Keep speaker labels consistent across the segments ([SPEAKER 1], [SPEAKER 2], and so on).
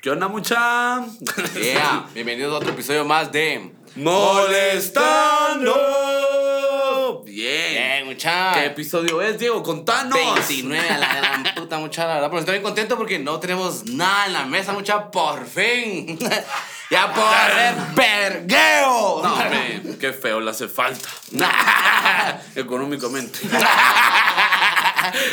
[SPEAKER 1] ¿Qué onda, mucha?
[SPEAKER 2] Yeah, bienvenidos a otro episodio más de
[SPEAKER 1] ¡Molestando!
[SPEAKER 2] Eh,
[SPEAKER 1] Bien.
[SPEAKER 2] mucha.
[SPEAKER 1] ¿Qué episodio es, Diego? Contanos.
[SPEAKER 2] 29 a la gran puta, mucha, la verdad. Pero estoy bien contento porque no tenemos nada en la mesa, mucha, por fin. ya puedo hacer vergueo.
[SPEAKER 1] No, hombre, qué feo le hace falta. Económicamente.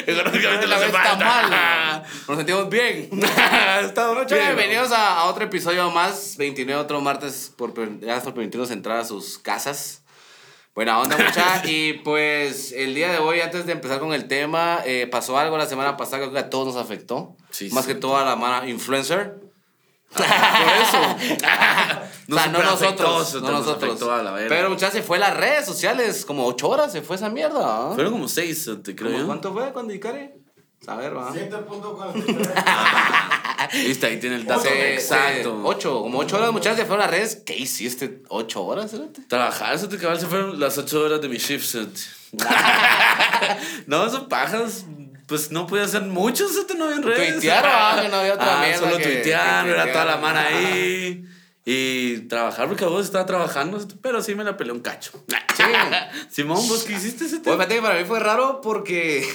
[SPEAKER 1] Económicamente le
[SPEAKER 2] la
[SPEAKER 1] hace
[SPEAKER 2] vez está
[SPEAKER 1] falta.
[SPEAKER 2] mal. Nos sentimos bien.
[SPEAKER 1] Está borracho, Diego.
[SPEAKER 2] Bienvenidos a, a otro episodio más, 29 otro martes, por, per- gracias por permitirnos entrar a sus casas. Buena onda, mucha. y pues el día de hoy, antes de empezar con el tema, eh, pasó algo la semana pasada que creo que a todos nos afectó.
[SPEAKER 1] Sí,
[SPEAKER 2] más
[SPEAKER 1] sí.
[SPEAKER 2] que todo a la mala influencer.
[SPEAKER 1] Por eso.
[SPEAKER 2] o sea, no
[SPEAKER 1] Nos afectó,
[SPEAKER 2] nosotros.
[SPEAKER 1] se
[SPEAKER 2] no
[SPEAKER 1] te nos
[SPEAKER 2] nosotros.
[SPEAKER 1] afectó a la verga.
[SPEAKER 2] Pero mucha se fue a las redes sociales, como 8 horas se fue esa mierda. ¿ah?
[SPEAKER 1] Fueron como seis, te creo
[SPEAKER 2] ¿Cómo
[SPEAKER 1] yo.
[SPEAKER 2] ¿Cuánto fue cuando Icare? A ver, va.
[SPEAKER 1] Viste, ahí tiene el dato
[SPEAKER 2] Hace-
[SPEAKER 1] exacto.
[SPEAKER 2] hace Ocho, como ocho horas, muchachas, se fueron a las redes. ¿Qué hiciste? ¿Ocho horas, eh? espérate?
[SPEAKER 1] Trabajar, se te cabal, se fueron las 8 horas de mi shift, cerote. no, son pajas. Pues no podía hacer mucho, se te no había en redes.
[SPEAKER 2] Tuitear, ah, que no había otra mierda
[SPEAKER 1] Solo
[SPEAKER 2] que-
[SPEAKER 1] tuitear,
[SPEAKER 2] que
[SPEAKER 1] ver a toda la
[SPEAKER 2] tuitear.
[SPEAKER 1] mano ahí. Y trabajar, porque vos estaba trabajando, cerote, pero sí me la peleé un cacho.
[SPEAKER 2] Sí.
[SPEAKER 1] Simón, ¿vos qué hiciste ese
[SPEAKER 2] Pues fíjate que para mí fue raro porque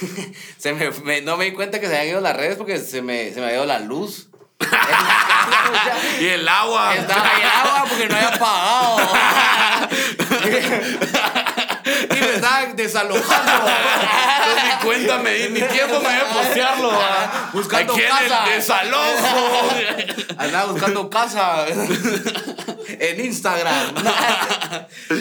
[SPEAKER 2] se me, me- no me di cuenta que se habían ido las redes porque se me, se me había ido la luz.
[SPEAKER 1] Y el agua.
[SPEAKER 2] Estaba ahí el agua porque no había apagado. y me estaban desalojando.
[SPEAKER 1] Entonces, ni cuenta me di, ni tiempo me había postearlo. ah.
[SPEAKER 2] Buscando
[SPEAKER 1] Aquí en
[SPEAKER 2] casa.
[SPEAKER 1] el desalojo.
[SPEAKER 2] Andaba buscando casa en Instagram.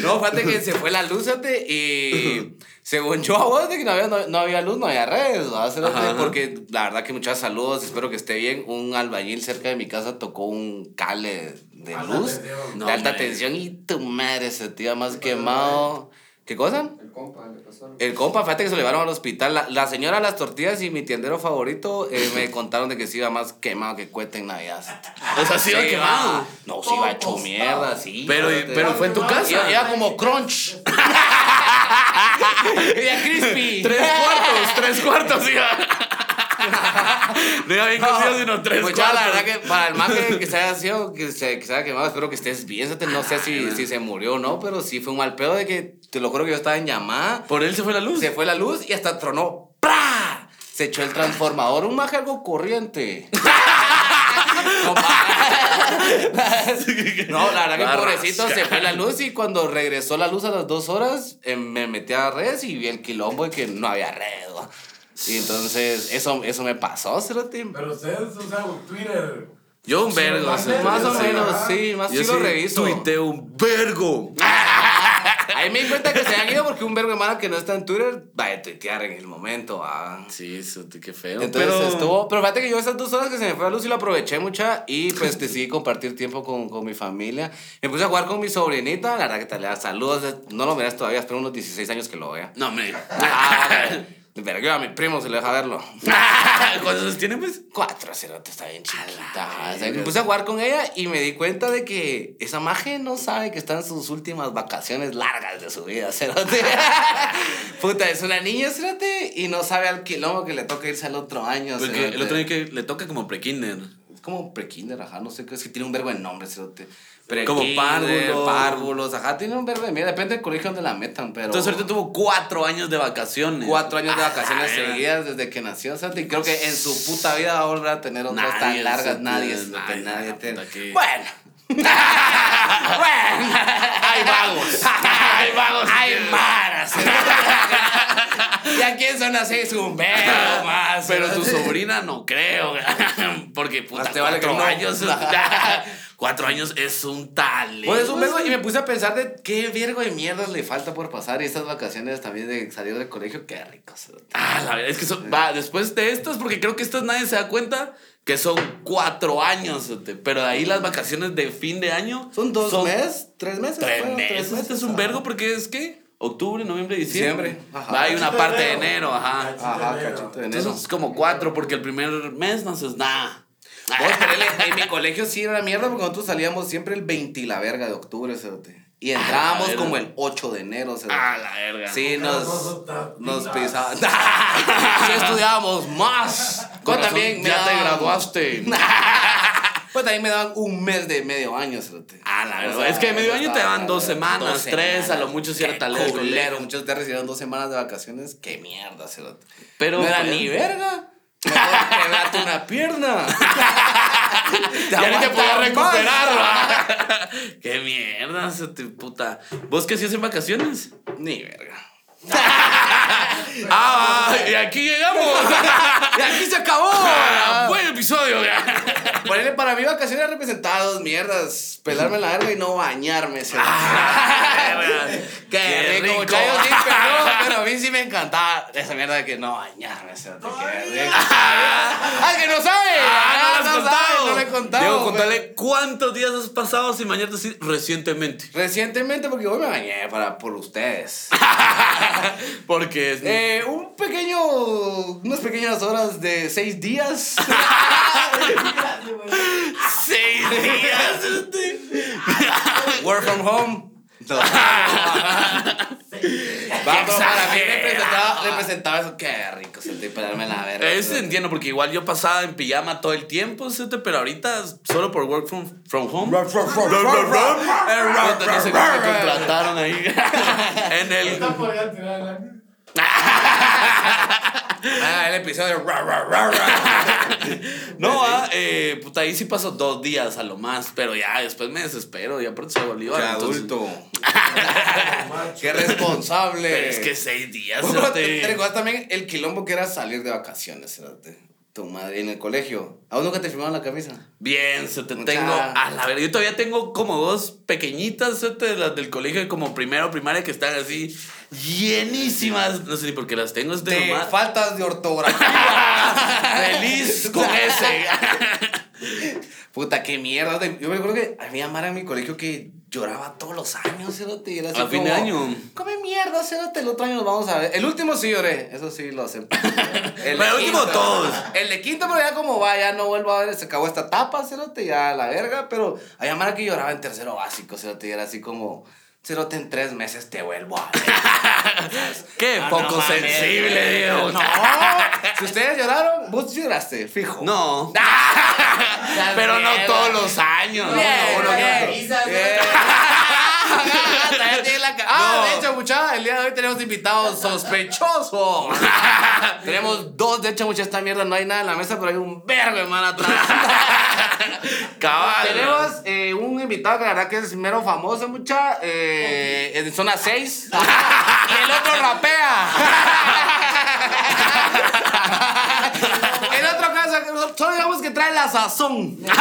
[SPEAKER 2] No, fíjate que se fue la luz, fíjate, y según yo, a vos, de que no había, no, no había luz, no había redes, ¿verdad? Cerote,
[SPEAKER 1] Ajá, ajá.
[SPEAKER 2] porque la verdad que muchas saludos, espero que esté bien. Un albañil cerca de mi casa tocó un cable de
[SPEAKER 3] Alta
[SPEAKER 2] luz,
[SPEAKER 3] tensión.
[SPEAKER 1] No,
[SPEAKER 2] de alta
[SPEAKER 1] hombre.
[SPEAKER 2] tensión, y tu madre se te iba más quemado. ¿Qué cosa?
[SPEAKER 3] El compa le pasó algo.
[SPEAKER 2] El compa, fíjate que se lo llevaron al hospital. La, la señora de las tortillas y mi tiendero favorito eh, me contaron de que se iba más quemado que cuete en Navidad.
[SPEAKER 1] O sea, sí, iba quemado.
[SPEAKER 2] No, se iba hecho mierda, sí.
[SPEAKER 1] Pero-
[SPEAKER 2] fíjate.
[SPEAKER 1] pero fue en tu casa.
[SPEAKER 2] Iba, iba como crunch. Era crispy.
[SPEAKER 1] Tres cuartos, tres cuartos, iba. No iba bien cocido, sino tres
[SPEAKER 2] Pues ya,
[SPEAKER 1] cuartos.
[SPEAKER 2] la verdad que para el man que, que se haya sido, que se, que se haya quemado, espero que estés bien. fíjate, No sé si, si se murió o no, pero sí fue un mal pedo de que, te lo juro que yo estaba en llamada.
[SPEAKER 1] Por él se fue la luz.
[SPEAKER 2] Se fue la luz y hasta tronó. ¡Pra! Se echó el transformador, un maje algo corriente. No, ma- no, la verdad que
[SPEAKER 1] Barras.
[SPEAKER 2] pobrecito se fue la luz y cuando regresó la luz a las dos horas eh, me metí a redes y vi el quilombo de que no había red. ¿no? Y entonces eso, eso me pasó, Cerote.
[SPEAKER 3] Pero ustedes usan Twitter.
[SPEAKER 1] Yo un vergo.
[SPEAKER 3] Sí,
[SPEAKER 2] Más o
[SPEAKER 3] sí,
[SPEAKER 2] menos,
[SPEAKER 3] ¿verdad?
[SPEAKER 2] sí, más sí lo reviso.
[SPEAKER 1] Tuiteo un vergo.
[SPEAKER 2] Ahí me di cuenta que se han ido porque un verbo de mala que no está en Twitter va a tuitear en el momento. ah.
[SPEAKER 1] Sí, eso, te- qué feo.
[SPEAKER 2] Entonces
[SPEAKER 1] pero...
[SPEAKER 2] estuvo, pero fíjate que yo esas dos horas que se me fue la luz y lo aproveché mucha y pues decidí compartir tiempo con, con mi familia. Me puse a jugar con mi sobrinita, la verdad que tal, saludos, eh, no lo verás todavía, espero unos 16 años que lo vea.
[SPEAKER 1] No, hombre.
[SPEAKER 2] Ah, Pero yo a mi primo se lo deja verlo.
[SPEAKER 1] ¿Cuántos años tiene, pues?
[SPEAKER 2] Cuatro, cerote, está bien chiquita. O sea, me puse a jugar con ella y me di cuenta de que esa maje no sabe que está en sus últimas vacaciones largas de su vida, cerote. Puta, es una niña, cerote, y no sabe al quilombo que le toca irse al otro año,
[SPEAKER 1] Porque
[SPEAKER 2] cerote.
[SPEAKER 1] el otro día que le toca como pre-kinder.
[SPEAKER 2] Es como prekinder, ajá, no sé qué, es que tiene un verbo de nombre, cerote. Pre
[SPEAKER 1] Como párvulo.
[SPEAKER 2] párvulos, ajá, tiene un verbo de mierda, depende del colegio donde la metan, pero...
[SPEAKER 1] Entonces ahorita tuvo cuatro años de vacaciones.
[SPEAKER 2] Cuatro años
[SPEAKER 1] Ah,
[SPEAKER 2] de vacaciones
[SPEAKER 1] Ajá.
[SPEAKER 2] seguidas desde que nació, cerote, y creo que en su puta vida va a volver a tener otras
[SPEAKER 1] Nadie,
[SPEAKER 2] tan largas,
[SPEAKER 1] cerote,
[SPEAKER 2] nadie, cerote,
[SPEAKER 1] nadie,
[SPEAKER 2] nadie,
[SPEAKER 1] la puta
[SPEAKER 2] tiene-
[SPEAKER 1] que-
[SPEAKER 2] Bueno. bueno.
[SPEAKER 1] Hay vagos. Hay vagos.
[SPEAKER 2] Hay maras. ¿Y a quién son así? Es un verbo más.
[SPEAKER 1] Pero tu
[SPEAKER 2] cerote.
[SPEAKER 1] sobrina no creo, porque puta,
[SPEAKER 2] Más te vale que
[SPEAKER 1] cuatro
[SPEAKER 2] no.
[SPEAKER 1] años, cuatro años es un talento.
[SPEAKER 2] Pues es un vergo y me puse a pensar de qué vergo de mierdas le falta por pasar y estas vacaciones también de salir del colegio, qué rico. cerote.
[SPEAKER 1] Ah, la verdad es que son, va, después de estas, porque creo que estas nadie se da cuenta que son cuatro años, cerote, pero de ahí las vacaciones de fin de año
[SPEAKER 2] Son dos meses, tres meses. ah.
[SPEAKER 1] tres
[SPEAKER 2] fueron,
[SPEAKER 1] meses, es un
[SPEAKER 2] ajá.
[SPEAKER 1] vergo porque es que octubre, noviembre, diciembre,
[SPEAKER 2] Diciembre, ajá.
[SPEAKER 1] va, hay una parte de enero, ajá.
[SPEAKER 3] Cachito
[SPEAKER 2] Ajá,
[SPEAKER 3] de enero.
[SPEAKER 2] cachito de enero.
[SPEAKER 1] Entonces es como cuatro porque el primer mes no haces nada.
[SPEAKER 2] Vos, ponele, en mi colegio sí era una mierda porque nosotros salíamos siempre el 20 y la verga de octubre, cerote. Y
[SPEAKER 1] Ah, la
[SPEAKER 2] entrábamos
[SPEAKER 1] verga.
[SPEAKER 2] como el 8 de enero, cerote.
[SPEAKER 1] Ah, la verga.
[SPEAKER 2] Sí, nos,
[SPEAKER 3] Vos sos
[SPEAKER 2] nos
[SPEAKER 3] tapita.
[SPEAKER 2] pisaban. sí estudiábamos más. Con
[SPEAKER 1] Con razón,
[SPEAKER 2] también me
[SPEAKER 1] ya te
[SPEAKER 2] daban-
[SPEAKER 1] graduaste.
[SPEAKER 2] Pues también me daban un mes de medio año, cerote.
[SPEAKER 1] Ah, la verdad.
[SPEAKER 2] O sea,
[SPEAKER 1] es que de medio
[SPEAKER 2] eso
[SPEAKER 1] año te
[SPEAKER 2] estaba-
[SPEAKER 1] dan dos semanas,
[SPEAKER 2] dos
[SPEAKER 1] tres, a lo
[SPEAKER 2] semanas.
[SPEAKER 1] mucho
[SPEAKER 2] Qué
[SPEAKER 1] cierta ley.
[SPEAKER 2] culero, Muchos te recibieron dos semanas de vacaciones. Qué mierda, cerote.
[SPEAKER 1] Pero,
[SPEAKER 2] no era
[SPEAKER 1] pues,
[SPEAKER 2] ni verga. Mejor quebrarte una pierna.
[SPEAKER 1] Ya ni te
[SPEAKER 2] aguantaron
[SPEAKER 1] podías
[SPEAKER 2] más.
[SPEAKER 1] recuperar, ¿va? Qué mierda, ese te- puta. ¿Vos qué hacías en vacaciones?
[SPEAKER 2] Ni verga.
[SPEAKER 1] Ah, va, y aquí llegamos.
[SPEAKER 2] ¡Y aquí se acabó!
[SPEAKER 1] Ah, Buen episodio.
[SPEAKER 2] Ponele para mí vacaciones representadas, mierdas. Pelarme la verga y no bañarme. cerote.
[SPEAKER 1] Ah,
[SPEAKER 2] Qué, rico, muchachos, sí, pero, pero a mí sí me encantaba esa mierda de que no bañarme. cerote, qué rico. ¡Ah, que no sabe!
[SPEAKER 1] Ah,
[SPEAKER 2] Ah,
[SPEAKER 1] no lo has
[SPEAKER 2] sabe,
[SPEAKER 1] contado.
[SPEAKER 2] no le he contado.
[SPEAKER 1] Diego,
[SPEAKER 2] pues.
[SPEAKER 1] contale cuántos días has pasado sin bañarte así recientemente.
[SPEAKER 2] Recientemente, porque hoy me bañé para, por ustedes.
[SPEAKER 1] Porque es.
[SPEAKER 2] Eh, un pequeño. Unas pequeñas horas de seis días.
[SPEAKER 1] seis días. este.
[SPEAKER 2] Work from home. No. Va, pero para mí
[SPEAKER 1] exagerado.
[SPEAKER 2] representaba, representaba eso. Qué rico sentí pelarme la verga.
[SPEAKER 1] Eso entiendo, porque igual yo pasaba en pijama todo el tiempo, este, pero ahorita solo por work from, from home.
[SPEAKER 2] Eh,
[SPEAKER 1] Puta, No sé cómo me contrataron ahí. en el.
[SPEAKER 3] Esta podría tirarla.
[SPEAKER 2] Ah, el episodio. de ra, ra, ra, ra.
[SPEAKER 1] No, ah, eh, puta, ahí sí paso dos días a lo más, pero ya después me desespero, ya pronto se volvió.
[SPEAKER 2] Qué
[SPEAKER 1] entonces-
[SPEAKER 2] adulto. Qué responsable.
[SPEAKER 1] Pero es que seis días.
[SPEAKER 2] Bueno,
[SPEAKER 1] este-
[SPEAKER 2] te, te recordás también el quilombo que era salir de vacaciones, cerote. Tu madre en el colegio. ¿Aún nunca te firmaron la camisa?
[SPEAKER 1] Bien, se te
[SPEAKER 2] Mucha-
[SPEAKER 1] tengo. A la verdad, yo todavía tengo como dos pequeñitas, se te- las del colegio, como primero, primaria, que están así llenísimas. No sé ni por qué las tengo, este
[SPEAKER 2] Te
[SPEAKER 1] nomás.
[SPEAKER 2] faltas de ortografía.
[SPEAKER 1] Feliz con ese.
[SPEAKER 2] Puta, qué mierda. de- Yo me acuerdo que había Mara en mi colegio que lloraba todos los años, cerote. y era así
[SPEAKER 1] A fin de
[SPEAKER 2] como,
[SPEAKER 1] año.
[SPEAKER 2] Come mierda, cerote. El otro año nos vamos a ver. El último sí lloré. Eso sí lo acepto. de
[SPEAKER 1] Pero el último
[SPEAKER 2] quinto-
[SPEAKER 1] todos.
[SPEAKER 2] El de quinto, pero ya como va, ya no vuelvo a ver. Se acabó esta etapa, cerote. Ya la verga. Pero había Mara que lloraba en tercero básico, cerote. Y era así como... Cerote, en tres meses te vuelvo a ver.
[SPEAKER 1] Qué
[SPEAKER 2] Ah,
[SPEAKER 1] poco
[SPEAKER 2] no mames,
[SPEAKER 1] sensible,
[SPEAKER 2] güey.
[SPEAKER 1] Diego.
[SPEAKER 2] No. Si ustedes lloraron, vos lloraste, fijo.
[SPEAKER 1] No.
[SPEAKER 2] La
[SPEAKER 1] Pero no
[SPEAKER 2] mierda.
[SPEAKER 1] todos los años.
[SPEAKER 2] Bien,
[SPEAKER 1] No, uno que
[SPEAKER 2] bien.
[SPEAKER 1] otro.
[SPEAKER 2] Bien. Ya tiene la ca- Ah, de hecho, mucha, el día de hoy tenemos invitados sospechosos. tenemos dos, de hecho, mucha esta mierda, no hay nada en la mesa, pero hay un verbo, hermano, atrás.
[SPEAKER 1] Cabal.
[SPEAKER 2] tenemos eh, un invitado que la verdad que es mero famoso, mucha, eh, en zona 6. y el otro rapea. el otro caso, solo digamos que trae la sazón.
[SPEAKER 3] Eso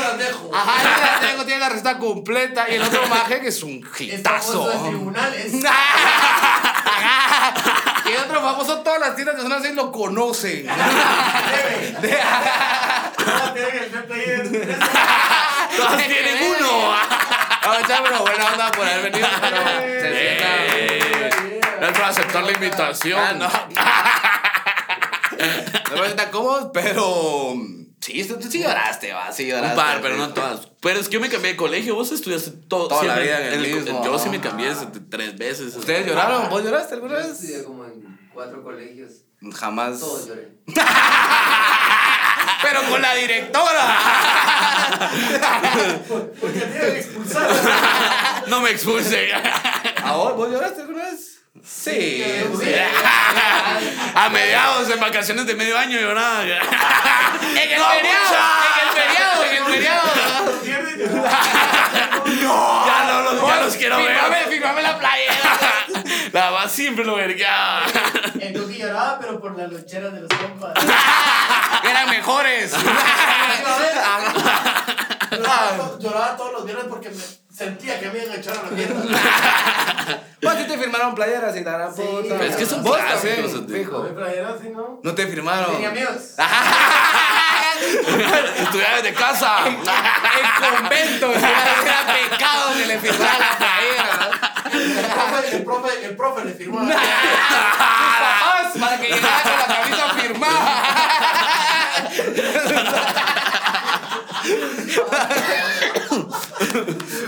[SPEAKER 3] las dejo.
[SPEAKER 2] Ah, Ajá, yo la tengo, tiene la receta completa. Y el otro maje que es un
[SPEAKER 3] Estamos en
[SPEAKER 2] hitazo.
[SPEAKER 3] tribunales.
[SPEAKER 2] y el otro famoso, todas las tiendas de zona 6 lo conocen.
[SPEAKER 3] Ahora tienen el frente ahí de-
[SPEAKER 1] Todas tienen uno.
[SPEAKER 2] Ah, ya, pero buena onda por haber venido. Pero se sienta.
[SPEAKER 1] Eh, No es para aceptar la invitación.
[SPEAKER 2] Ah, no.
[SPEAKER 1] Ah,
[SPEAKER 2] No me sienta cómodo, pero. Sí, tú, tú sí lloraste, va. Sí lloraste.
[SPEAKER 1] Un par, pero no todas. Pero es que yo me cambié de colegio. Vos estudiaste todo,
[SPEAKER 2] este. Toda la
[SPEAKER 1] siempre
[SPEAKER 2] vida en el mismo.
[SPEAKER 1] Yo sí me cambié
[SPEAKER 2] Ajá.
[SPEAKER 1] este, tres veces.
[SPEAKER 2] ¿Ustedes lloraron? ¿Vos lloraste alguna
[SPEAKER 4] Yo estudié
[SPEAKER 2] vez?
[SPEAKER 4] como en cuatro colegios.
[SPEAKER 2] Jamás.
[SPEAKER 4] Todos lloré.
[SPEAKER 2] Pero con la directora.
[SPEAKER 3] Porque tienen que expulsar.
[SPEAKER 1] No me expulse.
[SPEAKER 2] ¿A vos, vos lloraste alguna vez? Sí.
[SPEAKER 3] sí.
[SPEAKER 1] A mediados, en vacaciones de medio año lloraba. En el
[SPEAKER 2] Ah, feriado, en el feriado.
[SPEAKER 3] Pierden y lloran.
[SPEAKER 1] Ya no los, ya los quiero ver.
[SPEAKER 2] firmame la playera.
[SPEAKER 1] La va siempre lo vergueaba.
[SPEAKER 3] El Duque lloraba, pero por las loncheras de los compas.
[SPEAKER 2] Eran mejores. Ah,
[SPEAKER 3] Lloraba, to- lloraba todos los viernes porque me sentía que me iban a echar a la mierda.
[SPEAKER 2] Vos sí te firmaron playeras y la gran
[SPEAKER 4] Sí.
[SPEAKER 2] puta.
[SPEAKER 4] Es que son
[SPEAKER 2] Vos
[SPEAKER 1] clásicos,
[SPEAKER 2] también,
[SPEAKER 1] tío.
[SPEAKER 3] Con mi
[SPEAKER 2] fijo.
[SPEAKER 3] playera así, ¿no?
[SPEAKER 2] No Ah. te firmaron.
[SPEAKER 4] Tenía amigos.
[SPEAKER 1] Estudiaba desde casa.
[SPEAKER 2] El convento. Era pecado que le firmara la playera.
[SPEAKER 3] El profe, el profe, el profe le firmó. a la-
[SPEAKER 2] Papás, para que llegara con la camisa firmada.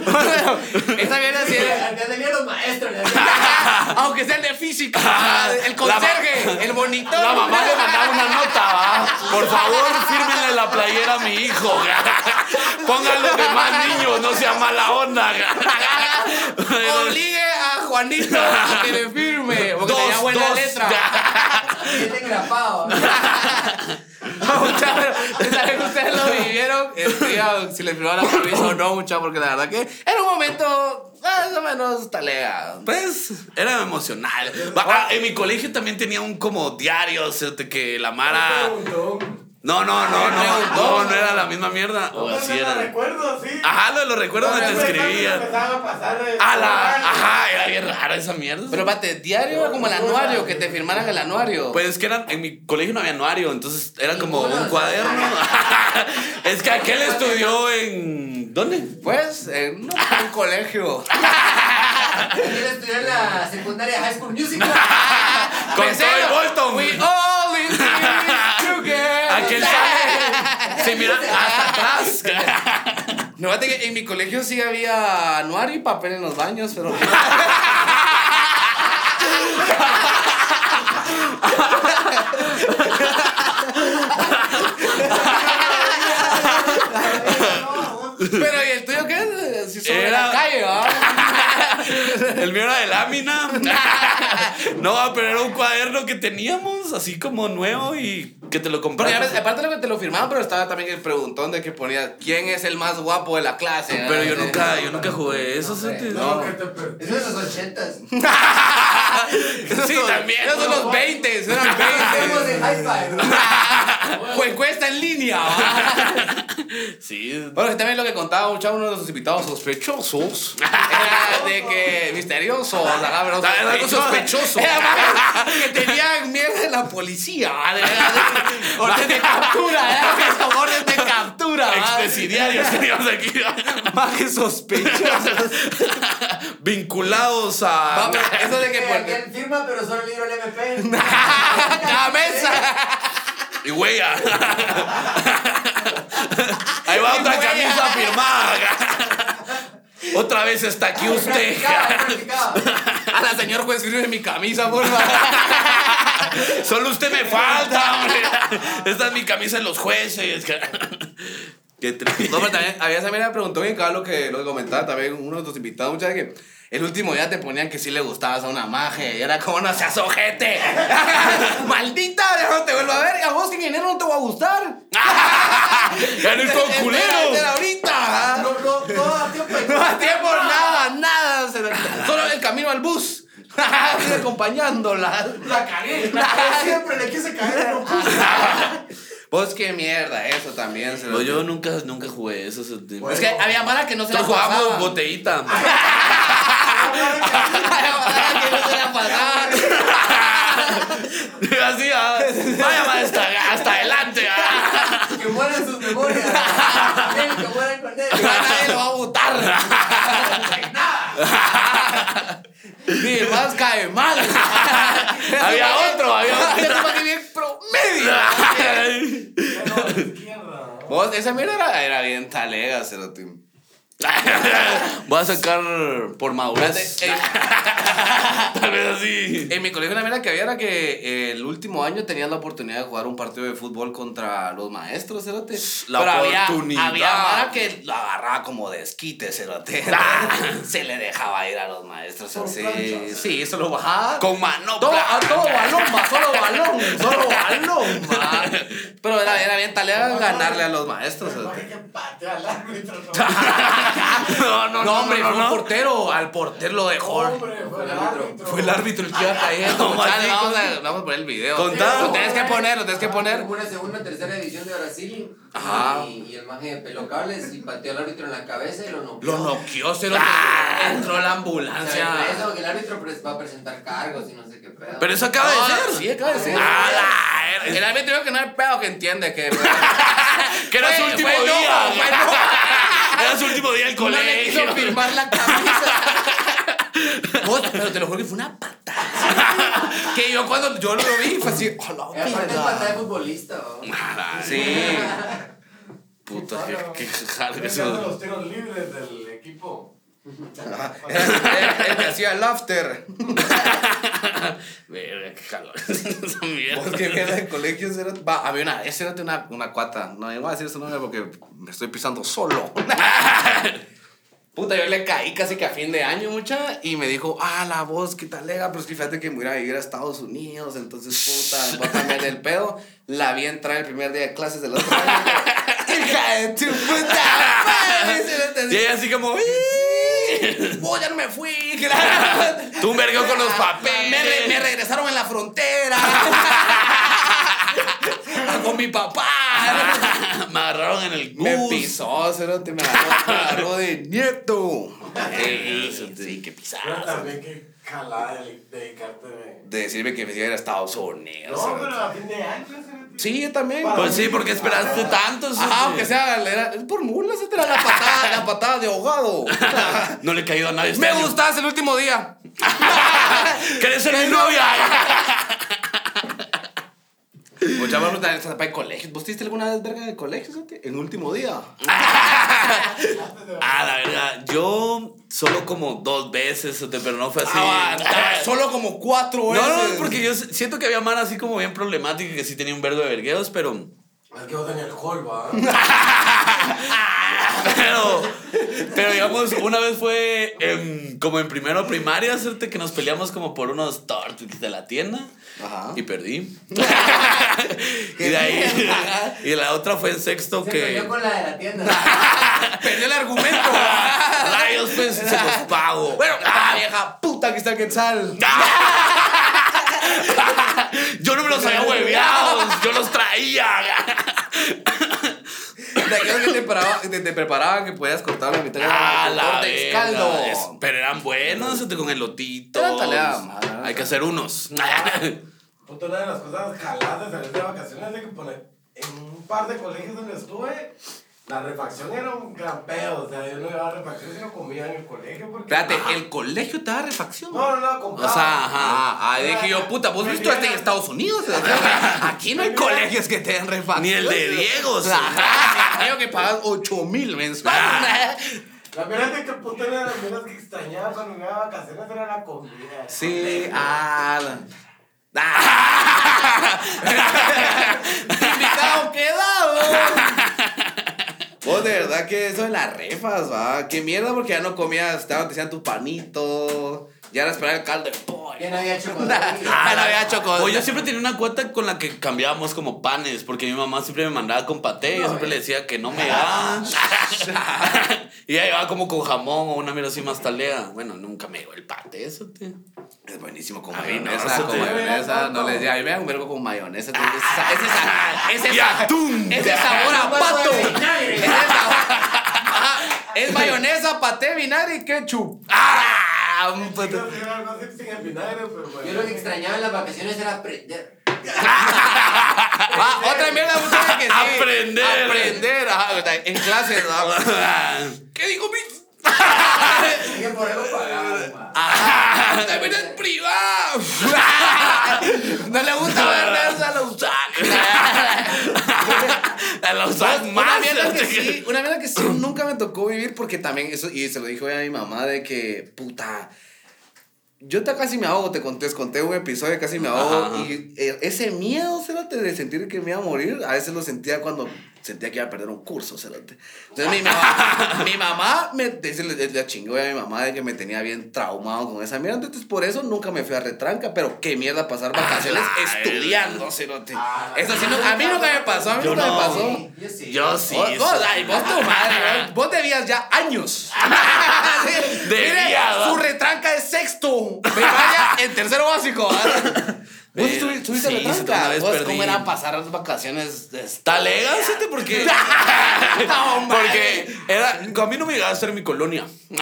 [SPEAKER 2] Bueno, esa mierda sí era.
[SPEAKER 3] Le tenía los maestros. le-
[SPEAKER 2] Aunque que sea el de física,
[SPEAKER 1] Ah,
[SPEAKER 2] el
[SPEAKER 1] la
[SPEAKER 2] conserje,
[SPEAKER 1] ma-
[SPEAKER 2] el monitor.
[SPEAKER 1] La mamá le mandaba una nota, ¿va? Por favor, fírmenle la playera a mi hijo. Pónganle de más niño, no sea mala onda.
[SPEAKER 2] Obligue a Juanito a que le firme. Porque tenía buena letra.
[SPEAKER 3] Tiene grapado.
[SPEAKER 1] Pues
[SPEAKER 2] Muchachos, que ustedes lo vivieron, este, digan si le firmaron la permiso o no, muchachos, porque la verdad que era un momento más o menos talega.
[SPEAKER 1] Pues era emocional. Va, ah, En mi colegio también tenía un como diario, o sea, de que la Mara. No, no, no, no. No, no era la misma mierda. O
[SPEAKER 4] Pues
[SPEAKER 3] No,
[SPEAKER 1] así
[SPEAKER 3] no, no
[SPEAKER 1] era.
[SPEAKER 3] recuerdo, sí.
[SPEAKER 1] Ajá, lo de los recuerdos
[SPEAKER 3] Porque
[SPEAKER 1] donde te
[SPEAKER 3] después
[SPEAKER 1] escribían.
[SPEAKER 3] empezaban a pasar, eh,
[SPEAKER 1] A la.
[SPEAKER 3] años.
[SPEAKER 1] Ajá, era bien rara esa mierda.
[SPEAKER 2] Pero espérate, diario era como el anuario, que te firmaran el anuario.
[SPEAKER 1] Pues es que eran, en mi colegio no había anuario, entonces era como
[SPEAKER 3] Ninguno
[SPEAKER 1] un
[SPEAKER 3] de
[SPEAKER 1] cuaderno. es que aquel estudió en. ¿Dónde?
[SPEAKER 2] Pues, en un,
[SPEAKER 1] ah.
[SPEAKER 2] un colegio.
[SPEAKER 4] Quiero estudiar la secundaria High School Musical.
[SPEAKER 1] Con
[SPEAKER 2] Pensé,
[SPEAKER 1] todo el Bolton.
[SPEAKER 2] We all in this together.
[SPEAKER 1] Aquel sale. Se mira hasta atrás.
[SPEAKER 2] No, fíjate que en mi colegio sí había anuario y papel en los baños, pero. pero, ¿y el tuyo qué es? Si sobre
[SPEAKER 1] Era-
[SPEAKER 2] la calle, ¿ah? ¿va?
[SPEAKER 1] El mío era de lámina. no, pero era un cuaderno que teníamos, así como nuevo y que te lo
[SPEAKER 2] Pero ya
[SPEAKER 1] compraba.
[SPEAKER 2] ves, aparte de lo que te lo firmaban, pero estaba también el preguntón de que ponía quién es el más guapo de la clase.
[SPEAKER 1] Pero yo
[SPEAKER 2] ¿verdad?
[SPEAKER 1] nunca, yo nunca jugué eso.
[SPEAKER 4] sé.
[SPEAKER 1] ¿sí?
[SPEAKER 3] No, que te per-
[SPEAKER 4] Eso es los ochentas.
[SPEAKER 2] Esos
[SPEAKER 1] Sí,
[SPEAKER 2] son-
[SPEAKER 1] también.
[SPEAKER 2] Esos son los 20, eran 20.
[SPEAKER 4] Somos de High Five.
[SPEAKER 2] Pues cuesta en línea, ¿va?
[SPEAKER 1] Sí.
[SPEAKER 2] Bueno, que también lo que contaba mucho uno de sus invitados sospechosos era de que misteriosos, ajá, pero
[SPEAKER 1] Era algo sospechoso.
[SPEAKER 2] Era más que tenían mierda de la policía, ¿va? de, de- de- orden de captura, ¿eh? era que son orden de captura. ¿va?
[SPEAKER 1] Expresidiarios teníamos aquí.
[SPEAKER 2] Más que sospechosos.
[SPEAKER 1] Vinculados a.
[SPEAKER 2] Va, pero Eso de que
[SPEAKER 4] Que
[SPEAKER 2] por
[SPEAKER 4] aquel firma, pero solo libro el MP.
[SPEAKER 2] cada mesa.
[SPEAKER 1] Y huella. Ahí va
[SPEAKER 2] Y
[SPEAKER 1] otra
[SPEAKER 2] huella.
[SPEAKER 1] camisa firmada. Otra vez está aquí usted.
[SPEAKER 4] Practicaba, practicaba.
[SPEAKER 2] A la señor juez firme mi camisa, por favor.
[SPEAKER 1] Solo usted me falta, hombre. Esta es mi camisa de los jueces. Qué triste.
[SPEAKER 2] No, pero también, había también me preguntó bien cada lo que, lo que comentaba también uno de tus invitados, muchas veces que el último día te ponían que sí le gustabas a una maje y era como no seas ojete. Maldita, ya no te vuelvo a ver, y a vos que en enero no te va a gustar.
[SPEAKER 1] ¡Ya no es con
[SPEAKER 2] Espera
[SPEAKER 1] culero!
[SPEAKER 2] ahorita.
[SPEAKER 3] No, no, todo a tiempo.
[SPEAKER 2] No da tiempo nada, nada. se la- Solo el camino al bus. Estoy acompañándola.
[SPEAKER 3] La cagué. Yo siempre le quise caer, no pude.
[SPEAKER 2] Vos qué mierda, eso también. se lo-
[SPEAKER 1] No, yo nunca, nunca jugué eso. se-
[SPEAKER 2] Es que había mala que no se Pues,
[SPEAKER 1] Nosotros
[SPEAKER 2] la
[SPEAKER 1] jugábamos
[SPEAKER 2] pasaba.
[SPEAKER 1] botellita.
[SPEAKER 2] Había mala que no se la pasaba.
[SPEAKER 1] Así, ah, vaya maestra, hasta adelante. ah.
[SPEAKER 4] Que mueran sus memorias. Ven, Que mueran con él.
[SPEAKER 2] Ya nadie lo va a votar. Ni el más cae mal.
[SPEAKER 1] Había otro, había otro.
[SPEAKER 2] Yo te pagué bien promedio. Vos, esa mierda era, era bien talega, Cerote.
[SPEAKER 1] Voy a sacar por madurez.
[SPEAKER 2] Espérate, en-
[SPEAKER 1] Tal vez así.
[SPEAKER 2] En mi colegio la mierda que había era que eh, el último año tenías la oportunidad de jugar un partido de fútbol contra los maestros, Cerote.
[SPEAKER 1] La
[SPEAKER 2] había-
[SPEAKER 1] oportunidad.
[SPEAKER 2] Había, mara que lo agarraba como desquite, Cerote.
[SPEAKER 1] Ah.
[SPEAKER 2] Se le dejaba ir a los maestros.
[SPEAKER 3] Por
[SPEAKER 2] Sí,
[SPEAKER 3] planchas.
[SPEAKER 2] sí, eso lo bajaba.
[SPEAKER 1] Con
[SPEAKER 2] Todo,
[SPEAKER 1] manopla.
[SPEAKER 2] a todo balón, ma, solo balón, solo balón, ma. Pero era, era bien talera ganarle a los maestros.
[SPEAKER 3] Pero,
[SPEAKER 2] ¿sabes?
[SPEAKER 3] ¿para qué pateó al árbitro? no?
[SPEAKER 2] Ah,
[SPEAKER 1] No, no,
[SPEAKER 2] No, hombre, fue un portero, al portero lo dejó.
[SPEAKER 3] Hombre, fue el árbitro.
[SPEAKER 2] Fue el árbitro el que iba cayendo.
[SPEAKER 1] ¿Cómo así?
[SPEAKER 2] Chale, vamos, a, vamos a poner el video.
[SPEAKER 1] Contá.
[SPEAKER 2] Lo tienes que poner, lo tienes que poner.
[SPEAKER 4] Hubo una segunda, tercera edición de Brasil.
[SPEAKER 2] Ajá.
[SPEAKER 4] Y, y el maje peló cables y pateó al árbitro en la cabeza y lo noqueó.
[SPEAKER 2] Lo noqueó, se lo entró la
[SPEAKER 4] O
[SPEAKER 2] ambulancia.
[SPEAKER 4] sea, eso, que el árbitro pues, va a presentar cargos y no sé qué pedo.
[SPEAKER 1] Pero eso acaba de
[SPEAKER 2] No,
[SPEAKER 1] ser.
[SPEAKER 2] Sí, acaba de ser. Ah,
[SPEAKER 1] ¡Ala!
[SPEAKER 2] El árbitro dijo que no hay pedo que entiende que. pues,
[SPEAKER 1] Que era su
[SPEAKER 2] Fue-
[SPEAKER 1] último
[SPEAKER 2] fue enojo,
[SPEAKER 1] día.
[SPEAKER 2] fue enojo.
[SPEAKER 1] Era su último día del
[SPEAKER 2] No le
[SPEAKER 1] colegio.
[SPEAKER 2] quiso firmar la camisa. Vos, pero te lo juro que fue una patada. que yo cuando yo lo vi fue así, oh,
[SPEAKER 4] Y aparte es patada de futbolista, ¿no?
[SPEAKER 1] Ala,
[SPEAKER 2] Sí.
[SPEAKER 1] Puta,
[SPEAKER 3] Claro.
[SPEAKER 1] qué, qué jale
[SPEAKER 3] Estoy dando
[SPEAKER 1] eso.
[SPEAKER 3] los tiros libres del equipo.
[SPEAKER 2] Él él me hacía el after.
[SPEAKER 1] Verga, qué calor. Esa mierda.
[SPEAKER 2] Porque mierda de colegio era. Va, había una, esa era una, una cuata. No, yo no voy a decir su nombre porque me estoy pisando solo. Puta, yo le caí casi que a fin de año, mucha, y me dijo, ah, la voz, qué talega, pero es que fíjate que me voy a ir a vivir a Estados Unidos, entonces, puta, voy a cambiar el pedo. La vi entrar el primer día de clases del otro año. ¡Hija de tu puta madre! Se lo te-
[SPEAKER 1] Y ella así como. "Uy".
[SPEAKER 2] ¡Oh, ya no me fui! claro.
[SPEAKER 1] Tú un vergueo con los
[SPEAKER 2] Me, re-
[SPEAKER 1] papeles.
[SPEAKER 2] me regresaron en la frontera. con mi papá.
[SPEAKER 1] Me agarraron en el
[SPEAKER 2] Me
[SPEAKER 1] gus.
[SPEAKER 2] pisó, cerote, me agarró, me agarró de nieto.
[SPEAKER 1] Eh,
[SPEAKER 2] Sí, sí, qué
[SPEAKER 3] Pero
[SPEAKER 2] pisada.
[SPEAKER 3] también que jalada de dedicarte de...
[SPEAKER 2] De decirme que me iba a ir a Estados Unidos.
[SPEAKER 3] No,
[SPEAKER 2] cerote.
[SPEAKER 3] pero a fin de año, cerote.
[SPEAKER 2] Sí, yo también.
[SPEAKER 1] Pues sí, porque esperaste tanto.
[SPEAKER 2] Ajá,
[SPEAKER 1] Ah,
[SPEAKER 2] aunque sea, era- es por mulas, esta era la patada, la patada de ahogado.
[SPEAKER 1] No le he caído a nadie. este
[SPEAKER 2] me
[SPEAKER 1] año.
[SPEAKER 2] gustas el último día.
[SPEAKER 1] ¿Querés ser mi novia?
[SPEAKER 2] Pues ya vamos a tener etapa de colegio. ¿Vos tuviste alguna vez verga de colegio, cerote? En último día.
[SPEAKER 1] Ah, la verdad. Yo solo como dos veces, este, pero no fue así.
[SPEAKER 2] Aguantaba Ah, Solo como cuatro veces.
[SPEAKER 1] No, no, es porque yo siento que había mara así como bien problemática que sí tenía un verbo de vergueos, pero.
[SPEAKER 3] Es que vos en el hall, va.
[SPEAKER 1] Pero, pero digamos, una vez fue em, como en primero de primaria, hacerte que nos peleamos como por unos Tortwix de la tienda.
[SPEAKER 2] Ajá.
[SPEAKER 1] Y perdí. y de ahí.
[SPEAKER 2] mierda.
[SPEAKER 1] Y la otra fue en sexto
[SPEAKER 4] Se
[SPEAKER 1] que.
[SPEAKER 4] peleó con la de la tienda.
[SPEAKER 2] Perdí el argumento.
[SPEAKER 1] Rayos, pues se los pago.
[SPEAKER 2] bueno, ah, vieja puta que está el Quetzal.
[SPEAKER 1] Yo no me los había hueveados, yo los traía.
[SPEAKER 2] De aquellos que te preparaba, te, te preparaban que podías cortar la mitad de
[SPEAKER 1] Ah,
[SPEAKER 2] con
[SPEAKER 1] la
[SPEAKER 2] torta y
[SPEAKER 1] verga.
[SPEAKER 2] caldo.
[SPEAKER 1] Es- Pero eran buenos, este, con elotito.
[SPEAKER 2] Era tarea, madre.
[SPEAKER 1] Hay que hacer unos.
[SPEAKER 3] Ah, Puta, una de las cosas jaladas de salir de vacaciones es que poner en un par de colegios donde estuve, la refacción era un gran pedo. O sea, yo no llevaba refacción, sino comía en el colegio. Porque...
[SPEAKER 2] Espérate,
[SPEAKER 1] Ah.
[SPEAKER 2] ¿el colegio te da refacción?
[SPEAKER 3] No, no, no,
[SPEAKER 2] O
[SPEAKER 3] compraba.
[SPEAKER 2] sea, ajá, ah, dije yo, puta, este vos
[SPEAKER 3] Me
[SPEAKER 2] viste hasta en
[SPEAKER 3] miran-
[SPEAKER 2] Estados Unidos. Aquí no hay
[SPEAKER 3] Me miran-
[SPEAKER 2] colegios que te den refacción.
[SPEAKER 1] Ni el de Diego. sí.
[SPEAKER 2] Ajá, creo que pagas 8 mil
[SPEAKER 1] Ah.
[SPEAKER 2] mensual.
[SPEAKER 3] La verdad es que puta era de las cosas que extrañaba cuando me iba de vacaciones era la comida.
[SPEAKER 2] Sí, ah. la- Invitado quedado. Vos de verdad que eso de las refas, va. Qué mierda porque ya no comías, te hacían tu panito. Ya era esperar el caldo de pollo.
[SPEAKER 4] Ya no había hecho
[SPEAKER 2] Ah, no había chocado.
[SPEAKER 1] O yo siempre tenía una cuota con la que cambiábamos como panes, porque mi mamá siempre me mandaba con paté y yo siempre le decía que no eh. me daba. y ella llevaba como con jamón o una mierda así más talea. Bueno, nunca me dio el paté, eso, tío.
[SPEAKER 2] Es buenísimo con
[SPEAKER 1] A mí no,
[SPEAKER 2] mayonesa,
[SPEAKER 1] eso
[SPEAKER 2] con
[SPEAKER 1] te- Ah,
[SPEAKER 2] mayonesa. No les ya, yo me hago un vergo con mayonesa. entonces, esa- ese sa- ese
[SPEAKER 1] Y
[SPEAKER 2] sa-
[SPEAKER 1] atún.
[SPEAKER 2] Ese sabor a pato. Ese
[SPEAKER 4] de
[SPEAKER 2] sabor- Ajá, Es mayonesa, paté, vinagre y ketchup. ¡Ah! un
[SPEAKER 3] Yo
[SPEAKER 2] puto-
[SPEAKER 3] era algo así sin el vinagre, pero bueno.
[SPEAKER 4] Yo lo que extrañaba en las vacaciones era aprender.
[SPEAKER 2] Ah, otra mierda muchacha que sí.
[SPEAKER 1] Aprender.
[SPEAKER 2] Aprender. ajá, o sea, en clase. ¿no? ¿Qué dijo mi?
[SPEAKER 4] Hay que por algo pagado, ma.
[SPEAKER 1] Ah,
[SPEAKER 2] Ajá, también es privado. No le gusta ver eso a los
[SPEAKER 1] A los
[SPEAKER 2] Una-
[SPEAKER 1] más.
[SPEAKER 2] una mierda que
[SPEAKER 1] este, que-
[SPEAKER 2] sí, una mierda que sí nunca me tocó vivir porque también eso, y se lo dijo a mi mamá de que, puta, yo te casi me ahogo, te conté, les conté un episodio, de casi me ahogo,
[SPEAKER 1] Ajá, ajá.
[SPEAKER 2] y eh, ese miedo, cerote, de sentir que me iba a morir, a veces lo sentía cuando sentía que iba a perder un curso, cerote. Entonces mi mamá, mi mamá me, dice, le, le- le chingó a mi mamá de que me tenía bien traumado con esa mierda, entonces por eso nunca me fui a retranca, pero qué mierda pasar vacaciones
[SPEAKER 1] la
[SPEAKER 2] estudiando, cerote.
[SPEAKER 3] Ah, la
[SPEAKER 2] Eso sí, no- a mí nunca me pasó, a mí
[SPEAKER 1] Yo
[SPEAKER 2] nunca
[SPEAKER 1] no.
[SPEAKER 2] me pasó.
[SPEAKER 4] Sí, yo sí.
[SPEAKER 1] Yo sí.
[SPEAKER 2] Vos, vos,
[SPEAKER 1] eso-
[SPEAKER 2] ay, vos tu madre, vos- vos debías ya años.
[SPEAKER 1] Debía,
[SPEAKER 2] Mire,
[SPEAKER 1] ¿va?
[SPEAKER 2] su retranca es sexto. Primaria en tercero básico. ¿va? ¿Vos
[SPEAKER 1] Mira,
[SPEAKER 2] tuvi- tuviste
[SPEAKER 1] sí, una
[SPEAKER 2] retranca?
[SPEAKER 1] vez
[SPEAKER 2] ¿Vos
[SPEAKER 1] perdí.
[SPEAKER 2] cómo era pasar las vacaciones? de esta-
[SPEAKER 1] Talega, siete, porque.
[SPEAKER 2] No, madre.
[SPEAKER 1] Porque era, a mí no me llegaba a ser mi colonia.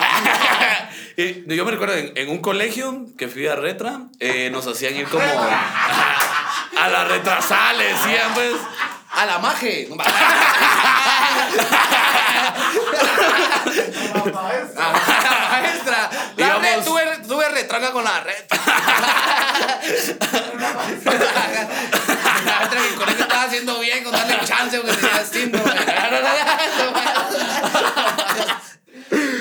[SPEAKER 1] Y yo me recuerdo en, en un colegio que fui a Retra, eh, nos hacían ir como a la retrasada, le decían pues.
[SPEAKER 2] A la maje.
[SPEAKER 3] Mamá, eso.
[SPEAKER 2] Ah. A la maestra. La
[SPEAKER 1] Digamos-
[SPEAKER 2] red, tuve, tuve retranca con la red. La otra que con eso estaba haciendo bien, con darle chance, porque tenía síndrome.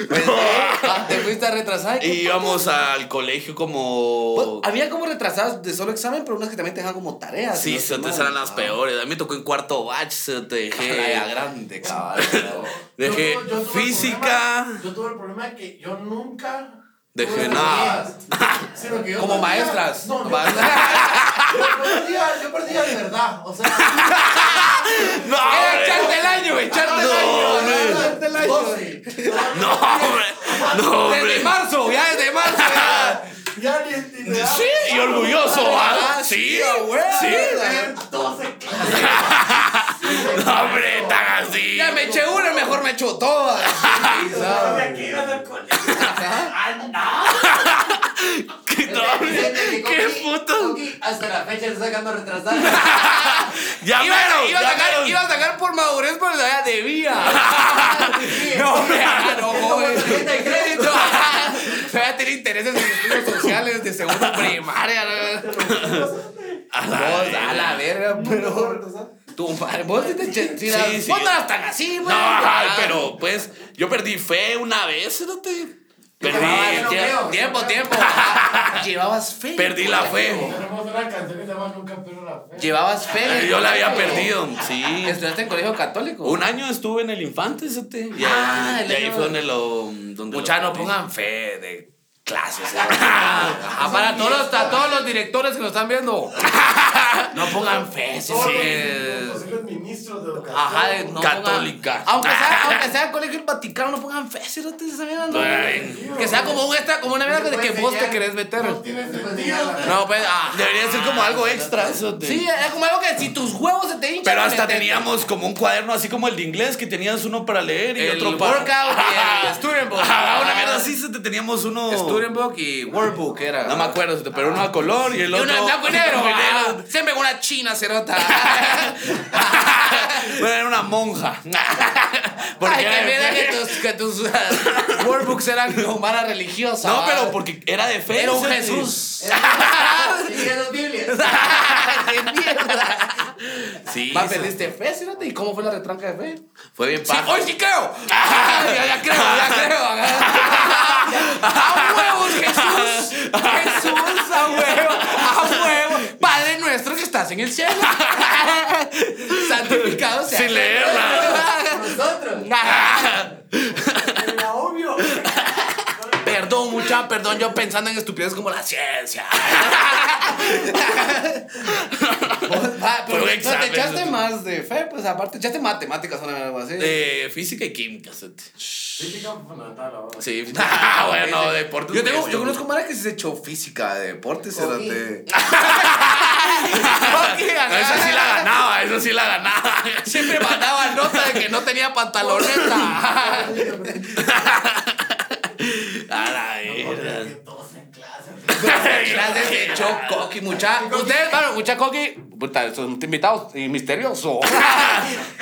[SPEAKER 2] Pues, eh, ah, de retrasada.
[SPEAKER 1] Y íbamos al colegio
[SPEAKER 2] Pues,
[SPEAKER 1] como.
[SPEAKER 2] había como retrasadas de solo examen, pero unas que también te dejaban como tareas.
[SPEAKER 1] Sí, se te eran las peores. A mí me tocó en cuarto batch, se te
[SPEAKER 2] Playa
[SPEAKER 1] dejé.
[SPEAKER 2] grande, cabrón.
[SPEAKER 1] Dejé
[SPEAKER 3] Yo tuve- yo tuve el
[SPEAKER 1] física.
[SPEAKER 3] problema- Yo tuve el problema que yo nunca.
[SPEAKER 1] Dejé
[SPEAKER 3] tuve
[SPEAKER 1] nada.
[SPEAKER 3] tareas, sino que yo
[SPEAKER 2] Como
[SPEAKER 3] perdía-
[SPEAKER 2] maestras.
[SPEAKER 3] No, yo
[SPEAKER 2] Maestras.
[SPEAKER 3] perdía- yo perdía- yo perdía de verdad. O sea.
[SPEAKER 1] ¡No!
[SPEAKER 2] Era
[SPEAKER 1] hombre!
[SPEAKER 2] echarte el año, echarte el
[SPEAKER 1] No,
[SPEAKER 2] año.
[SPEAKER 1] hombre.
[SPEAKER 3] este
[SPEAKER 2] Echarte el año.
[SPEAKER 3] doce.
[SPEAKER 1] ¡No, hombre! ¡No, hombre!
[SPEAKER 2] Desde marzo, ya desde marzo. ya.
[SPEAKER 3] Ya ni- ni me daba-
[SPEAKER 1] Sí, y orgulloso, ¿ah? Sí,
[SPEAKER 2] a huevo.
[SPEAKER 1] sí.
[SPEAKER 3] Tener 12 clases.
[SPEAKER 1] No, hombre, tan así.
[SPEAKER 2] Ya me eché una, mejor me echo todas. Sí,
[SPEAKER 3] O sea,
[SPEAKER 2] ¿sabes?
[SPEAKER 3] de aquí iba al colegio. Ah,
[SPEAKER 1] ¿Qué, no, hombre, qué puto?
[SPEAKER 4] Coqui hasta la fecha le está sacando retrasada.
[SPEAKER 1] Ya
[SPEAKER 2] Iba,
[SPEAKER 1] mero,
[SPEAKER 2] iba a
[SPEAKER 1] ya
[SPEAKER 2] sacar,
[SPEAKER 1] mero.
[SPEAKER 2] iba a sacar por madurez, pero todavía debía.
[SPEAKER 4] Sí,
[SPEAKER 2] No, hombre, ah, no,
[SPEAKER 4] Esto fue tarjeta
[SPEAKER 2] joven.
[SPEAKER 4] de crédito.
[SPEAKER 2] Todavía tiene intereses en estudios sociales de segundo primaria. ¿no?
[SPEAKER 1] A la
[SPEAKER 2] Vos,
[SPEAKER 1] verga.
[SPEAKER 2] Pues, a la verga,
[SPEAKER 3] no,
[SPEAKER 2] pero.
[SPEAKER 3] no, no.
[SPEAKER 2] Tu madre, vos sí te eché-
[SPEAKER 1] Sí,
[SPEAKER 2] sí, las-
[SPEAKER 1] sí.
[SPEAKER 2] Vos no eras tan así,
[SPEAKER 1] No,
[SPEAKER 2] güey.
[SPEAKER 1] ay,
[SPEAKER 2] Ya.
[SPEAKER 1] pero pues yo perdí fe una vez, ¿no te? Perdí,
[SPEAKER 2] Ah,
[SPEAKER 4] Yo no
[SPEAKER 1] ya-
[SPEAKER 4] creo.
[SPEAKER 2] Tiempo, tiempo. Ah, Llevabas fe. pues.
[SPEAKER 1] perdí la fe.
[SPEAKER 3] Tenemos una canción que se llama Nunca pierdo la fe.
[SPEAKER 2] Llevabas fe.
[SPEAKER 1] Eh, Yo la había perdido, sí.
[SPEAKER 2] Estudiaste en colegio católico.
[SPEAKER 1] Un año estuve en el infante, ¿sí? te? Y ahí,
[SPEAKER 2] Ah, el
[SPEAKER 1] y ahí
[SPEAKER 2] año-
[SPEAKER 1] fue donde lo. Donde
[SPEAKER 2] Muchachos,
[SPEAKER 1] lo
[SPEAKER 2] no
[SPEAKER 1] perdí.
[SPEAKER 2] pongan fe de clases. ¿eh? Ajá, para todos, los, a todos los directores que nos están viendo. No pongan fe, sí,
[SPEAKER 3] Todos
[SPEAKER 2] sí.
[SPEAKER 3] los posibles ministros de educación.
[SPEAKER 2] Ajá, de- no pongan-
[SPEAKER 1] Católica.
[SPEAKER 2] aunque, sea, aunque sea colegio del Vaticano, no pongan fe, si no te esa mierda, no.
[SPEAKER 1] Ay.
[SPEAKER 2] Que sea como un extra, como una mierda
[SPEAKER 4] Se
[SPEAKER 2] que, que
[SPEAKER 4] puede
[SPEAKER 2] vos te
[SPEAKER 4] enseñar.
[SPEAKER 2] querés meter.
[SPEAKER 3] No tiene sentido.
[SPEAKER 2] No, pues. ah.
[SPEAKER 1] Debería ser como algo extra, ¿sí? te?
[SPEAKER 2] Sí, es como algo que si tus huevos se te hinchan.
[SPEAKER 1] Pero hasta
[SPEAKER 2] metete.
[SPEAKER 1] teníamos como un cuaderno así como el de inglés, que tenías uno para leer y
[SPEAKER 2] El
[SPEAKER 1] otro para.
[SPEAKER 2] workout y el Ah. student book.
[SPEAKER 1] Ajá, una mierda así, sí, te teníamos uno.
[SPEAKER 2] Student book y workbook era.
[SPEAKER 1] No me acuerdo, sí, te- pero uno a color y el
[SPEAKER 2] Y
[SPEAKER 1] otro.
[SPEAKER 2] una en blanco y negro.
[SPEAKER 1] blanco y negro.
[SPEAKER 2] ah. Siempre con una china cerota.
[SPEAKER 1] Bueno, era una monja. Porque
[SPEAKER 2] Ay,
[SPEAKER 1] era
[SPEAKER 2] que
[SPEAKER 1] de
[SPEAKER 2] mierda
[SPEAKER 1] fe.
[SPEAKER 2] que tus, que tus ah, workbooks eran como religiosa religiosa.
[SPEAKER 1] No, pero porque era de fe.
[SPEAKER 2] Era un
[SPEAKER 1] ¿sí?
[SPEAKER 2] Jesús.
[SPEAKER 4] Y las Biblias.
[SPEAKER 2] ¡Qué mierda!
[SPEAKER 1] Sí.
[SPEAKER 2] Va,
[SPEAKER 1] sí.
[SPEAKER 2] perdiste fe, cerote. ¿Y cómo fue la retranca de fe?
[SPEAKER 1] Fue bien
[SPEAKER 2] Sí,
[SPEAKER 1] paja.
[SPEAKER 2] hoy sí creo. Ah, ya, ya creo, ya creo. A huevos, Jesús. Jesús, a huevo, a huevo. Padre nuestro que estás en el cielo. Santificado sea.
[SPEAKER 1] Sin leerla.
[SPEAKER 4] Nosotros.
[SPEAKER 2] Ah,
[SPEAKER 3] Era obvio.
[SPEAKER 2] Perdón, mucha, perdón, yo pensando en estupideces como la ciencia. Ah,
[SPEAKER 1] Fue un
[SPEAKER 2] pero te
[SPEAKER 1] examen,
[SPEAKER 2] echaste
[SPEAKER 1] ¿no?
[SPEAKER 2] más de fe, pues aparte echaste matemáticas o algo así.
[SPEAKER 1] Eh, física y química. sí.
[SPEAKER 3] Física fundamental ahora.
[SPEAKER 1] Sí. Ah, bueno, deportes.
[SPEAKER 2] Yo, tengo,
[SPEAKER 1] pues,
[SPEAKER 2] yo conozco Mara que sí se echó física de deportes,
[SPEAKER 4] Coqui.
[SPEAKER 2] cerote.
[SPEAKER 1] No, esa sí la ganaba, esa sí la ganaba.
[SPEAKER 2] Siempre mandaba nota de que no tenía pantaloneta.
[SPEAKER 1] A la verga.
[SPEAKER 3] Porque todos en clase.
[SPEAKER 2] Gracias, se echó Coqui, mucha. Ustedes, bueno, mucha Coqui. Puta, son invitados y misterioso.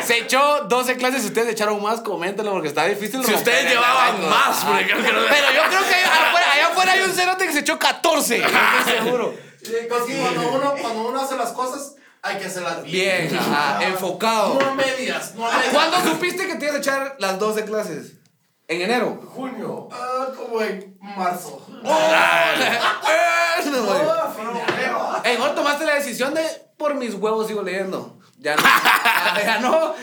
[SPEAKER 2] se echó 12 clases. Si ustedes echaron más, coméntenlo porque está difícil.
[SPEAKER 1] Si ustedes
[SPEAKER 2] romperle la
[SPEAKER 1] llevaban
[SPEAKER 2] récord.
[SPEAKER 1] más, porque creo que no-
[SPEAKER 2] Pero yo creo que allá afuera, allá afuera hay un cerote que se echó 14. yo estoy seguro.
[SPEAKER 3] Sí, Coqui, Cuando uno, cuando uno hace las cosas, hay que hacerlas bien.
[SPEAKER 2] Bien, ajá, enfocado.
[SPEAKER 3] No a medias, no a medias.
[SPEAKER 2] ¿Cuándo supiste que te ibas a echar las 12 clases? ¿En enero?
[SPEAKER 3] Junio. Ah, como en marzo.
[SPEAKER 2] Eso, güey.
[SPEAKER 3] Ah, fue un creo.
[SPEAKER 2] En enero tomaste la decisión de por mis huevos sigo leyendo. Ya no. Ya, ya no.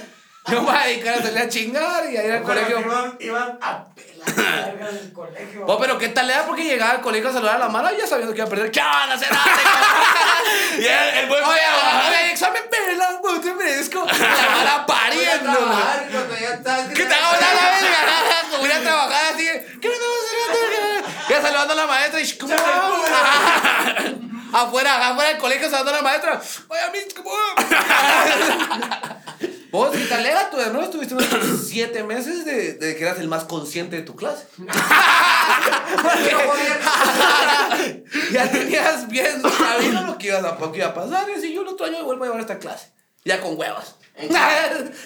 [SPEAKER 2] Yo me voy a dedicar a salir a chingar y a ir al
[SPEAKER 3] Pero
[SPEAKER 2] colegio.
[SPEAKER 3] Iban, iban a pelar la verga del colegio.
[SPEAKER 2] Oh, pero qué tal era porque llegaba al colegio a saludar a la mala ya sabiendo que iba a perder. ¿Qué van a hacer?
[SPEAKER 1] Y el, el buen.
[SPEAKER 2] Oye, oye, el examen pela, no te merezco. La mala
[SPEAKER 4] Voy a
[SPEAKER 2] pariendo. güey.
[SPEAKER 4] trabajar cuando ya estás.
[SPEAKER 2] ¿Qué te hago? Dale, la verga. Como ir a trabajar así. ¿Qué me estamos haciendo? Ya saludando a la maestra. Y, ¿Cómo vamos? Afuera, afuera del colegio saludando a la maestra. Vaya, mis, ¿cómo va? Vos, Vitalera, tu hermano estuviste unos siete meses de, de que eras el más consciente de tu clase. Porque- ya tenías bien sabido lo que ibas a, lo que iba a pasar. Y si yo el otro año me vuelvo a llevar a esta clase. Ya con huevos.
[SPEAKER 4] El,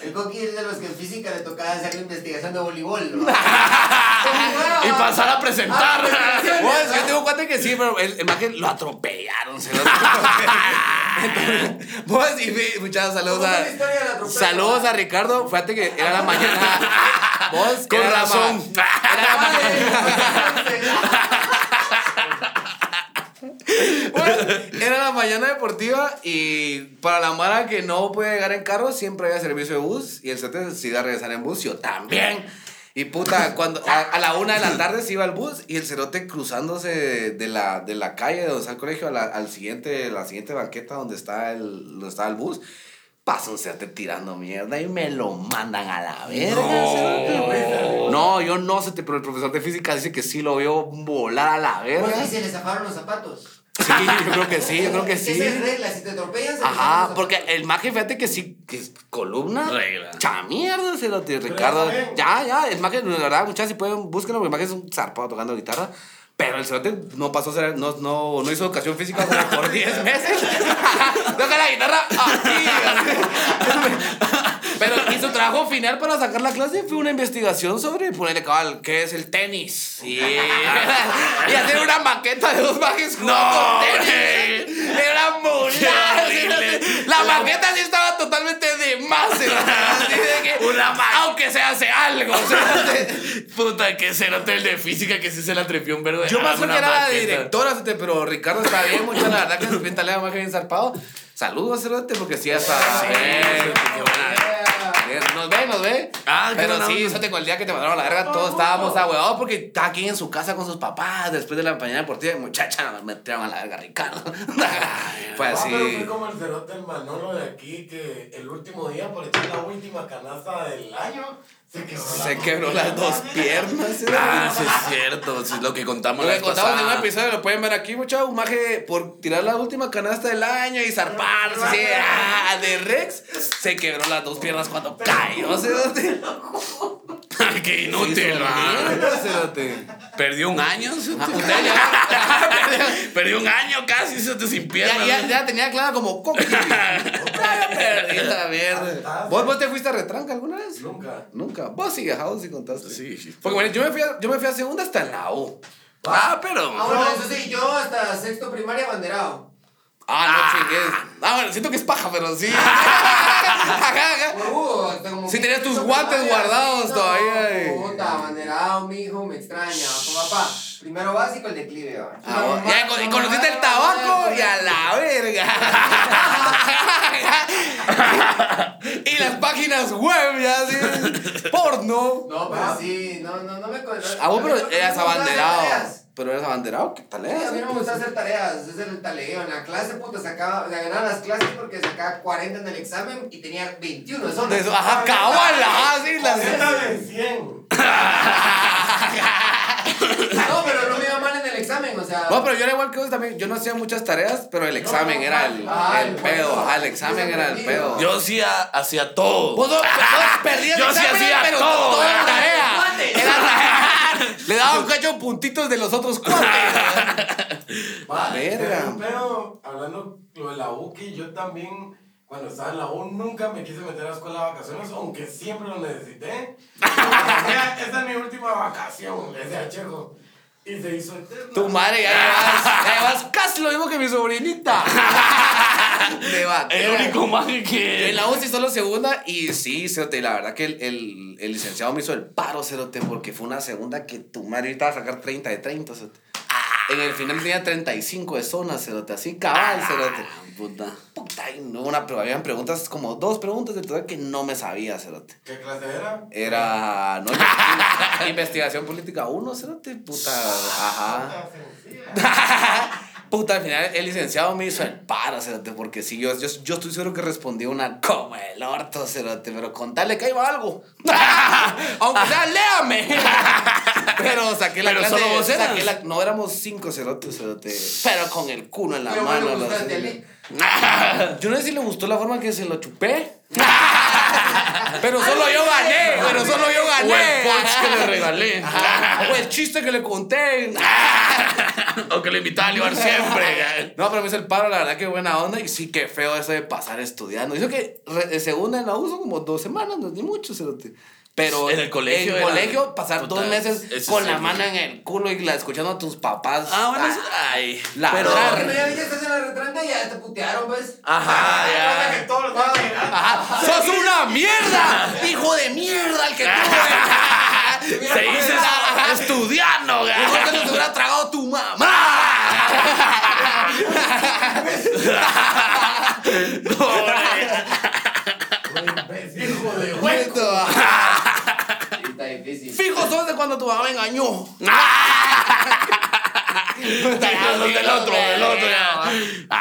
[SPEAKER 4] el Coqui es de los que en física le tocaba hacer la investigación de voleibol. ¿no?
[SPEAKER 1] Y pasar a presentar.
[SPEAKER 4] Ah, pues,
[SPEAKER 2] Bueno, es que yo tengo un cuate que sí, pero el, el maje lo atropellaron. Se lo Vos y fe- muchas saludos
[SPEAKER 4] ¿Cómo fue la historia del
[SPEAKER 2] a.
[SPEAKER 4] atropello?
[SPEAKER 2] Saludos a Ricardo. Fíjate que era la mañana. Vos,
[SPEAKER 1] Con
[SPEAKER 2] era la ma-
[SPEAKER 1] razón.
[SPEAKER 2] Era la Bueno, Pues, era la mañana deportiva y para la mara que no puede llegar en carro, siempre había servicio de bus y el 7 se iba a regresar en bus, yo también. Y puta, cuando, a, a la una de la tarde se iba el bus y el cerote cruzándose de la, de la calle de donde está el colegio a la, al siguiente, la siguiente banqueta donde está el, donde está el bus. Pasa un cerote tirando mierda y me lo mandan a la verga. cerote. No, yo no sé, pero el profesor de física dice que sí lo vio volar a la verga.
[SPEAKER 4] Pues, ¿y se le zafaron los zapatos.
[SPEAKER 2] Sí, yo creo que sí, yo creo que sí.
[SPEAKER 4] Esa es regla, si te atropellan, se te zafaron
[SPEAKER 2] Ajá,
[SPEAKER 4] los
[SPEAKER 2] porque
[SPEAKER 4] zapatos.
[SPEAKER 2] el maje, fíjate que sí, que es columna.
[SPEAKER 1] Regla.
[SPEAKER 2] Cha mierda, se lo tiene Ricardo.
[SPEAKER 3] Pero, ¿eh?
[SPEAKER 2] Ya, ya, el maje, la verdad, muchachos, si pueden, búsquenlo, porque el maje es un zarpado tocando guitarra. Pero el cerote no pasó a ser, no, no, no hizo educación física como por 10 meses. Toca la guitarra así, así. Pero y su trabajo final para sacar la clase fue una investigación sobre ponerle cabal, qué es el tenis. Y, y hacer una maqueta de dos majes jugando
[SPEAKER 1] No,
[SPEAKER 2] tenis. Era
[SPEAKER 1] Qué
[SPEAKER 2] mula.
[SPEAKER 1] horrible.
[SPEAKER 2] La maqueta sí estaba totalmente de más. ¿sí? Así de que,
[SPEAKER 1] Una ma-
[SPEAKER 2] Aunque se hace algo. o sea,
[SPEAKER 1] Puta, que cerote el de física que sí se la trepió un verde.
[SPEAKER 2] Yo más que
[SPEAKER 1] una
[SPEAKER 2] era la
[SPEAKER 1] maqueta.
[SPEAKER 2] directora, ¿sí? pero Ricardo está bien, mucha la verdad que se pinta más que bien zarpado. Saludos, Cerote, porque sí hasta.
[SPEAKER 1] Sí,
[SPEAKER 2] Eh,
[SPEAKER 1] qué buena.
[SPEAKER 2] eh, Nos ve, nos ve.
[SPEAKER 1] Ah, qué
[SPEAKER 2] Pero
[SPEAKER 1] buena
[SPEAKER 2] sí,
[SPEAKER 1] onda.
[SPEAKER 2] eso con el día que te mandaron a la verga, todos estábamos ahuevados porque está aquí en su casa con sus papás después de la mañana deportiva y muchacha, nos metieron a la verga, Ricardo. Fue
[SPEAKER 3] Ah, pero
[SPEAKER 2] así.
[SPEAKER 3] fue como el cerote el Manolo de aquí que el último día por echar la última canasta del año se quebró,
[SPEAKER 2] Se quebró las dos piernas. ¿eh?
[SPEAKER 1] Ah, sí es cierto. sí, lo que contamos
[SPEAKER 2] Lo
[SPEAKER 1] la
[SPEAKER 2] que
[SPEAKER 1] vez
[SPEAKER 2] contamos en un
[SPEAKER 1] pasada.
[SPEAKER 2] episodio, lo pueden ver aquí, muchachos. Un maje por tirar la última canasta del año y zarparse así, ah, de Rex. Se quebró las dos piernas cuando cayó. cerote.
[SPEAKER 1] Ay, Qué inútil, va.
[SPEAKER 2] Mierda, cerote.
[SPEAKER 1] Perdió un año.
[SPEAKER 2] Ah,
[SPEAKER 1] cerote.
[SPEAKER 2] puta, ya-
[SPEAKER 1] Perdió un año casi, cerote, sin
[SPEAKER 2] Ya,
[SPEAKER 1] piernas.
[SPEAKER 2] ya, ya tenía clara como coqui. Ya perdí esta mierda. ¿Vos, ¿Vos te fuiste a retranca alguna vez?
[SPEAKER 3] Nunca.
[SPEAKER 2] Nunca. Vos sí, ajá, vos sí contaste.
[SPEAKER 1] Sí, sí.
[SPEAKER 2] Porque bueno, yo me fui a, yo me fui a segunda hasta en la U.
[SPEAKER 1] Ah, pero.
[SPEAKER 4] Ah, bueno, eso sí, yo hasta sexto primaria abanderado.
[SPEAKER 2] Ah, no chingues. Ah, bueno, siento que es paja, pero sí. Ajá, ajá.
[SPEAKER 4] Huevudo, hasta como
[SPEAKER 2] Sí
[SPEAKER 4] que
[SPEAKER 2] tenías tus
[SPEAKER 4] sexto
[SPEAKER 2] guantes
[SPEAKER 4] primaria,
[SPEAKER 2] guardados
[SPEAKER 4] no,
[SPEAKER 2] todavía, eh.
[SPEAKER 4] Puta, abanderado, mijo, me extraña. Como papá, primero básico, el declive. va.
[SPEAKER 2] Ah, bueno.
[SPEAKER 4] Mamá,
[SPEAKER 2] Ya, y
[SPEAKER 4] mamá,
[SPEAKER 2] conociste el
[SPEAKER 4] mamá,
[SPEAKER 2] tabaco
[SPEAKER 4] mamá,
[SPEAKER 2] y a la verga. y las páginas web, ya así. Porno.
[SPEAKER 4] No, pero sí, no, no, no me conoces.
[SPEAKER 2] Ah, vos, pero eras abanderado. Pero eras abanderado, ¿qué tal
[SPEAKER 4] Eh, A mí no me
[SPEAKER 2] es?
[SPEAKER 4] gusta hacer tareas, es el taleo. En la clase, puta, sacaba, o sea, ganaba las clases porque sacaba 40 en el examen y tenía 21. Eso no
[SPEAKER 2] De eso, Ajá, cabala, ajá, sí,
[SPEAKER 3] Canasta
[SPEAKER 2] las.
[SPEAKER 3] de 100.
[SPEAKER 4] No, pero no me iba mal en el examen, o sea.
[SPEAKER 2] No, pero yo era igual que vos también. Yo no hacía muchas tareas, pero el examen era el,
[SPEAKER 4] Ah,
[SPEAKER 2] el
[SPEAKER 4] el
[SPEAKER 2] pedo.
[SPEAKER 4] juego.
[SPEAKER 2] Ajá, el examen era el pedo.
[SPEAKER 1] Yo sí ha- hacía todo.
[SPEAKER 2] Vos dos, dos perdías
[SPEAKER 1] Yo sí
[SPEAKER 2] exámenes,
[SPEAKER 1] hacía
[SPEAKER 2] pero
[SPEAKER 1] todo,
[SPEAKER 2] todo era
[SPEAKER 1] ¿verdad?
[SPEAKER 2] tarea.
[SPEAKER 4] Guantes.
[SPEAKER 2] Era tarea. Le daba un cacho puntitos de los otros cuatro.
[SPEAKER 3] Va,
[SPEAKER 2] Verga.
[SPEAKER 3] pero- Pero hablando lo de la U, que yo también, cuando estaba en la U, nunca me quise meter a la escuela de vacaciones, aunque siempre lo necesité. O sea, Esa es mi última vacación, le decía Checo. Y se hizo eterno.
[SPEAKER 2] Tu madre ya llevas, ya llevas casi lo mismo que mi sobrinita. De
[SPEAKER 1] El
[SPEAKER 2] vaquera.
[SPEAKER 1] único maje
[SPEAKER 2] Yo
[SPEAKER 1] que.
[SPEAKER 2] en la UCI solo segunda y sí, Cerote, la verdad que el, el- el licenciado me hizo el paro, Cerote, porque fue una segunda que tu madre estaba a sacar 30 de 30, Cerote.
[SPEAKER 1] Ah.
[SPEAKER 2] En el final tenía 35 de zona, Cerote, así cabal, Cerote.
[SPEAKER 1] Ah, Puta.
[SPEAKER 2] Puta, y no, una, pero habían preguntas, como dos preguntas de total que no me sabía, Cerote.
[SPEAKER 3] ¿Qué clase era?
[SPEAKER 2] Eh. Era, no, investigación política 1, Cerote, puta,
[SPEAKER 1] Ah.
[SPEAKER 2] ajá.
[SPEAKER 3] Puta, sencilla.
[SPEAKER 2] Puta, al final el licenciado me hizo el paro, cerote, porque si yo, yo, yo estoy seguro que respondí una como el orto, cerote, pero contale que ahí va algo. Aunque sea, léame. pero saqué la
[SPEAKER 1] Pero
[SPEAKER 2] clase.
[SPEAKER 1] solo vos eras.
[SPEAKER 2] saqué la- no éramos cinco cerotes, cerote, pero con el culo en la
[SPEAKER 4] Pero bueno,
[SPEAKER 1] pues,
[SPEAKER 2] mano.
[SPEAKER 4] gustaste,
[SPEAKER 2] los-
[SPEAKER 4] Ale.
[SPEAKER 2] yo no sé si le gustó la forma que se lo chupé. Pero solo yo gané, pero solo yo gané.
[SPEAKER 1] O el punch que le regalé.
[SPEAKER 2] Ajá, O el chiste que le conté.
[SPEAKER 1] o que lo invitaba a llevar siempre.
[SPEAKER 2] No, pero me hizo el paro, la verdad que buena onda. Y sí, qué feo eso de pasar estudiando. Dijo que re- de segunda en la uso como dos semanas, no es ni mucho. cerote. Pero
[SPEAKER 1] En el colegio
[SPEAKER 2] en
[SPEAKER 1] era-
[SPEAKER 2] colegio, pasar
[SPEAKER 1] Puta,
[SPEAKER 2] dos meses
[SPEAKER 1] ese
[SPEAKER 2] con
[SPEAKER 1] sí.
[SPEAKER 2] la mano en el culo y la, escuchando a tus papás.
[SPEAKER 1] Ah, bueno, es-
[SPEAKER 2] Ah,
[SPEAKER 1] ay.
[SPEAKER 2] La
[SPEAKER 1] pero,
[SPEAKER 2] verdad.
[SPEAKER 4] Porque ya estás en la retranda y ya te putearon, pues.
[SPEAKER 1] Ajá, ya.
[SPEAKER 3] que todos los días llegan.
[SPEAKER 2] ajá, ¡Sos una mierda! ¡Hijo de mierda el que tuve!
[SPEAKER 1] Se dice "Ah, estudiando, güey.
[SPEAKER 2] Mejor te los hubiera tragado tu mamá!
[SPEAKER 3] Hijo de
[SPEAKER 2] Cuento.
[SPEAKER 4] Sí, Está Ah, difícil.
[SPEAKER 2] Fijo sos de cuando tu mamá me engañó.
[SPEAKER 1] Los del otro, del otro. ya. A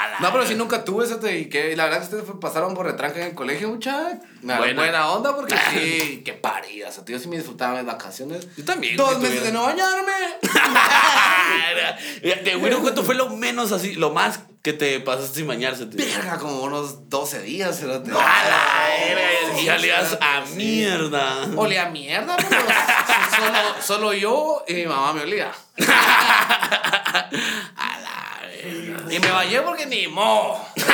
[SPEAKER 1] la-
[SPEAKER 2] No, pero si nunca tuve eso, te- y que y la verdad que ustedes fue- pasaron por retranca en el colegio, mucha una
[SPEAKER 1] Buena.
[SPEAKER 2] buena onda, porque sí, qué parida. O sea, yo sí me disfrutaba mis vacaciones.
[SPEAKER 1] Yo también.
[SPEAKER 2] Dos
[SPEAKER 1] que
[SPEAKER 2] meses
[SPEAKER 1] tuviera-
[SPEAKER 2] de no bañarme.
[SPEAKER 1] De Wiro, ¿cuánto fue lo menos así, lo más que te pasaste sin bañarse? tío?
[SPEAKER 2] Verga, como unos 12 días. ¿no?
[SPEAKER 1] A la verga,
[SPEAKER 2] Sí,
[SPEAKER 1] y salías
[SPEAKER 2] sí,
[SPEAKER 1] a
[SPEAKER 2] sí.
[SPEAKER 1] mierda.
[SPEAKER 2] Olía a mierda, pero so- solo, solo yo y mi mamá me olía.
[SPEAKER 1] A la verga.
[SPEAKER 2] Y me bañé porque ni mo.
[SPEAKER 3] Vos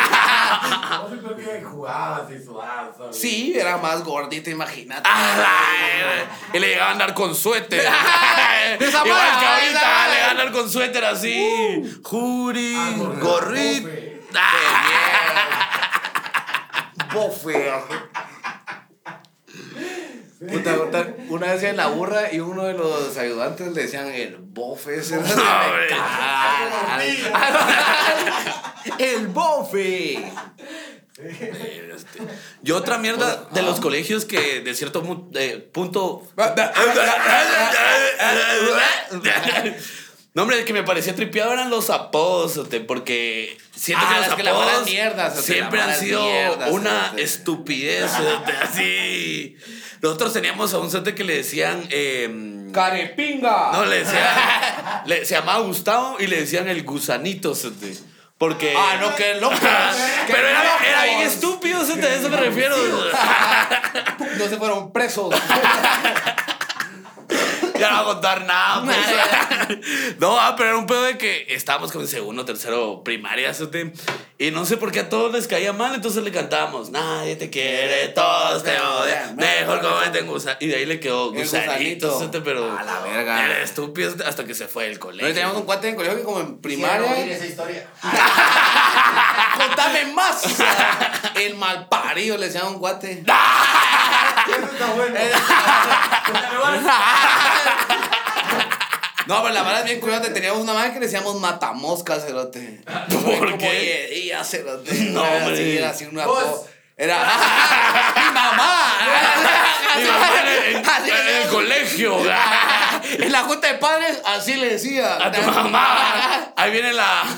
[SPEAKER 3] sí creo que jugabas y sudabas. ¿sabes?
[SPEAKER 2] Sí, era más gordita, imagínate.
[SPEAKER 1] A la verga. Y le llegaba a andar con suéter.
[SPEAKER 2] Esa
[SPEAKER 1] Igual que
[SPEAKER 2] mala, esa
[SPEAKER 1] ahorita le
[SPEAKER 2] mala.
[SPEAKER 1] va a andar con suéter así. Juri,
[SPEAKER 3] Ah, correcto,
[SPEAKER 1] gorrit.
[SPEAKER 3] profe.
[SPEAKER 2] Bofe. Puta, puta, una vez en la burra y uno de los ayudantes le decían el bofe. ese era de
[SPEAKER 1] hombre.
[SPEAKER 2] cara. el bofe.
[SPEAKER 1] Y otra mierda de los colegios que de cierto mu- de punto. No, hombre, el que me parecía tripeado eran los apodos, sote, porque siento
[SPEAKER 2] Ah,
[SPEAKER 1] que
[SPEAKER 2] es
[SPEAKER 1] los
[SPEAKER 2] que la mala
[SPEAKER 1] apodos
[SPEAKER 2] es mierda, sote,
[SPEAKER 1] siempre
[SPEAKER 2] la mala
[SPEAKER 1] han
[SPEAKER 2] es
[SPEAKER 1] sido
[SPEAKER 2] mierda,
[SPEAKER 1] una
[SPEAKER 2] sote.
[SPEAKER 1] estupidez, sote, así. Nosotros teníamos a un sete que le decían. em,
[SPEAKER 2] Carepinga.
[SPEAKER 1] no, le decían. le- se llamaba Gustavo y le decían el gusanito, sote, Porque.
[SPEAKER 2] Ah, no, qué locas. Qué
[SPEAKER 1] Pero era, era bien
[SPEAKER 2] locos.
[SPEAKER 1] estúpido, sote, a eso me refiero.
[SPEAKER 2] No se fueron presos.
[SPEAKER 1] Ya no voy a contar nada. pues. no, ah, pero era un pedo de que estábamos con segundo, tercero, primaria, sote, y no sé por qué a todos les caía mal, entonces le cantábamos, nadie te quiere, todos te odian, mejor comete gusa. Y de ahí le quedó
[SPEAKER 2] El
[SPEAKER 1] gusanito,
[SPEAKER 2] gusanito.
[SPEAKER 1] sote, pero
[SPEAKER 2] A la verga.
[SPEAKER 1] era estúpido sote, hasta que se fue del
[SPEAKER 2] Nosotros
[SPEAKER 1] colegio.
[SPEAKER 2] teníamos un cuate en el colegio que como en
[SPEAKER 4] Quiero
[SPEAKER 2] primaria.
[SPEAKER 4] oír esa historia.
[SPEAKER 2] Contame más. El malparido le decían a un guate.
[SPEAKER 3] Eso está bueno.
[SPEAKER 2] No, pero la verdad es bien curiosa. Teníamos una madre que le decíamos matamoscas, cerote.
[SPEAKER 1] ¿Por
[SPEAKER 2] Fue como
[SPEAKER 1] qué?
[SPEAKER 2] oye, día, cerote.
[SPEAKER 1] No,
[SPEAKER 2] Era
[SPEAKER 1] hombre. Pues, ah.
[SPEAKER 2] así, Era así una
[SPEAKER 4] Vos.
[SPEAKER 2] co- Era. ¡Mi mamá!
[SPEAKER 1] Mi mamá en el-
[SPEAKER 2] Así
[SPEAKER 1] en el
[SPEAKER 2] le-
[SPEAKER 1] colegio.
[SPEAKER 2] En la junta de padres, así le decía.
[SPEAKER 1] A tu mamá. Ahí viene la.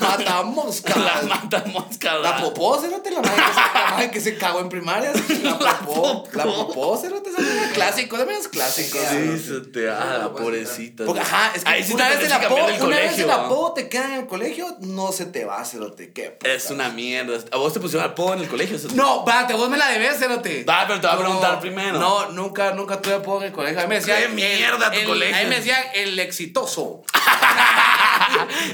[SPEAKER 2] Matamoscas.
[SPEAKER 1] La mata mosca.
[SPEAKER 2] La popó, cerote, la madre que se, la madre que se cagó en primaria. La
[SPEAKER 1] La
[SPEAKER 2] popó.
[SPEAKER 1] popó.
[SPEAKER 2] La popó, cerote, esa es clásico, también es clásico.
[SPEAKER 1] Sí, se te. Ah, la pobrecita.
[SPEAKER 2] Porque, ajá, es que
[SPEAKER 1] Ahí sí
[SPEAKER 2] una
[SPEAKER 1] te
[SPEAKER 2] vez el
[SPEAKER 1] tenés que cambiar
[SPEAKER 2] apodo,
[SPEAKER 1] del
[SPEAKER 2] una vez
[SPEAKER 1] colegio,
[SPEAKER 2] el
[SPEAKER 1] ¿va?
[SPEAKER 2] apodo te queda en el colegio, no se te va, cerote, qué puta.
[SPEAKER 1] Es una mierda. ¿A vos te pusieron apodo en el colegio? Cerote?
[SPEAKER 2] No, espérate, vos me la debes, cerote.
[SPEAKER 1] Va, pero te voy a
[SPEAKER 2] No,
[SPEAKER 1] preguntar primero.
[SPEAKER 2] No, nunca, nunca tuve apodo en el colegio. A mí me decían...
[SPEAKER 1] ¡Qué
[SPEAKER 2] el-
[SPEAKER 1] mierda tu
[SPEAKER 2] el-
[SPEAKER 1] colegio!
[SPEAKER 2] A mí me decían el exitoso.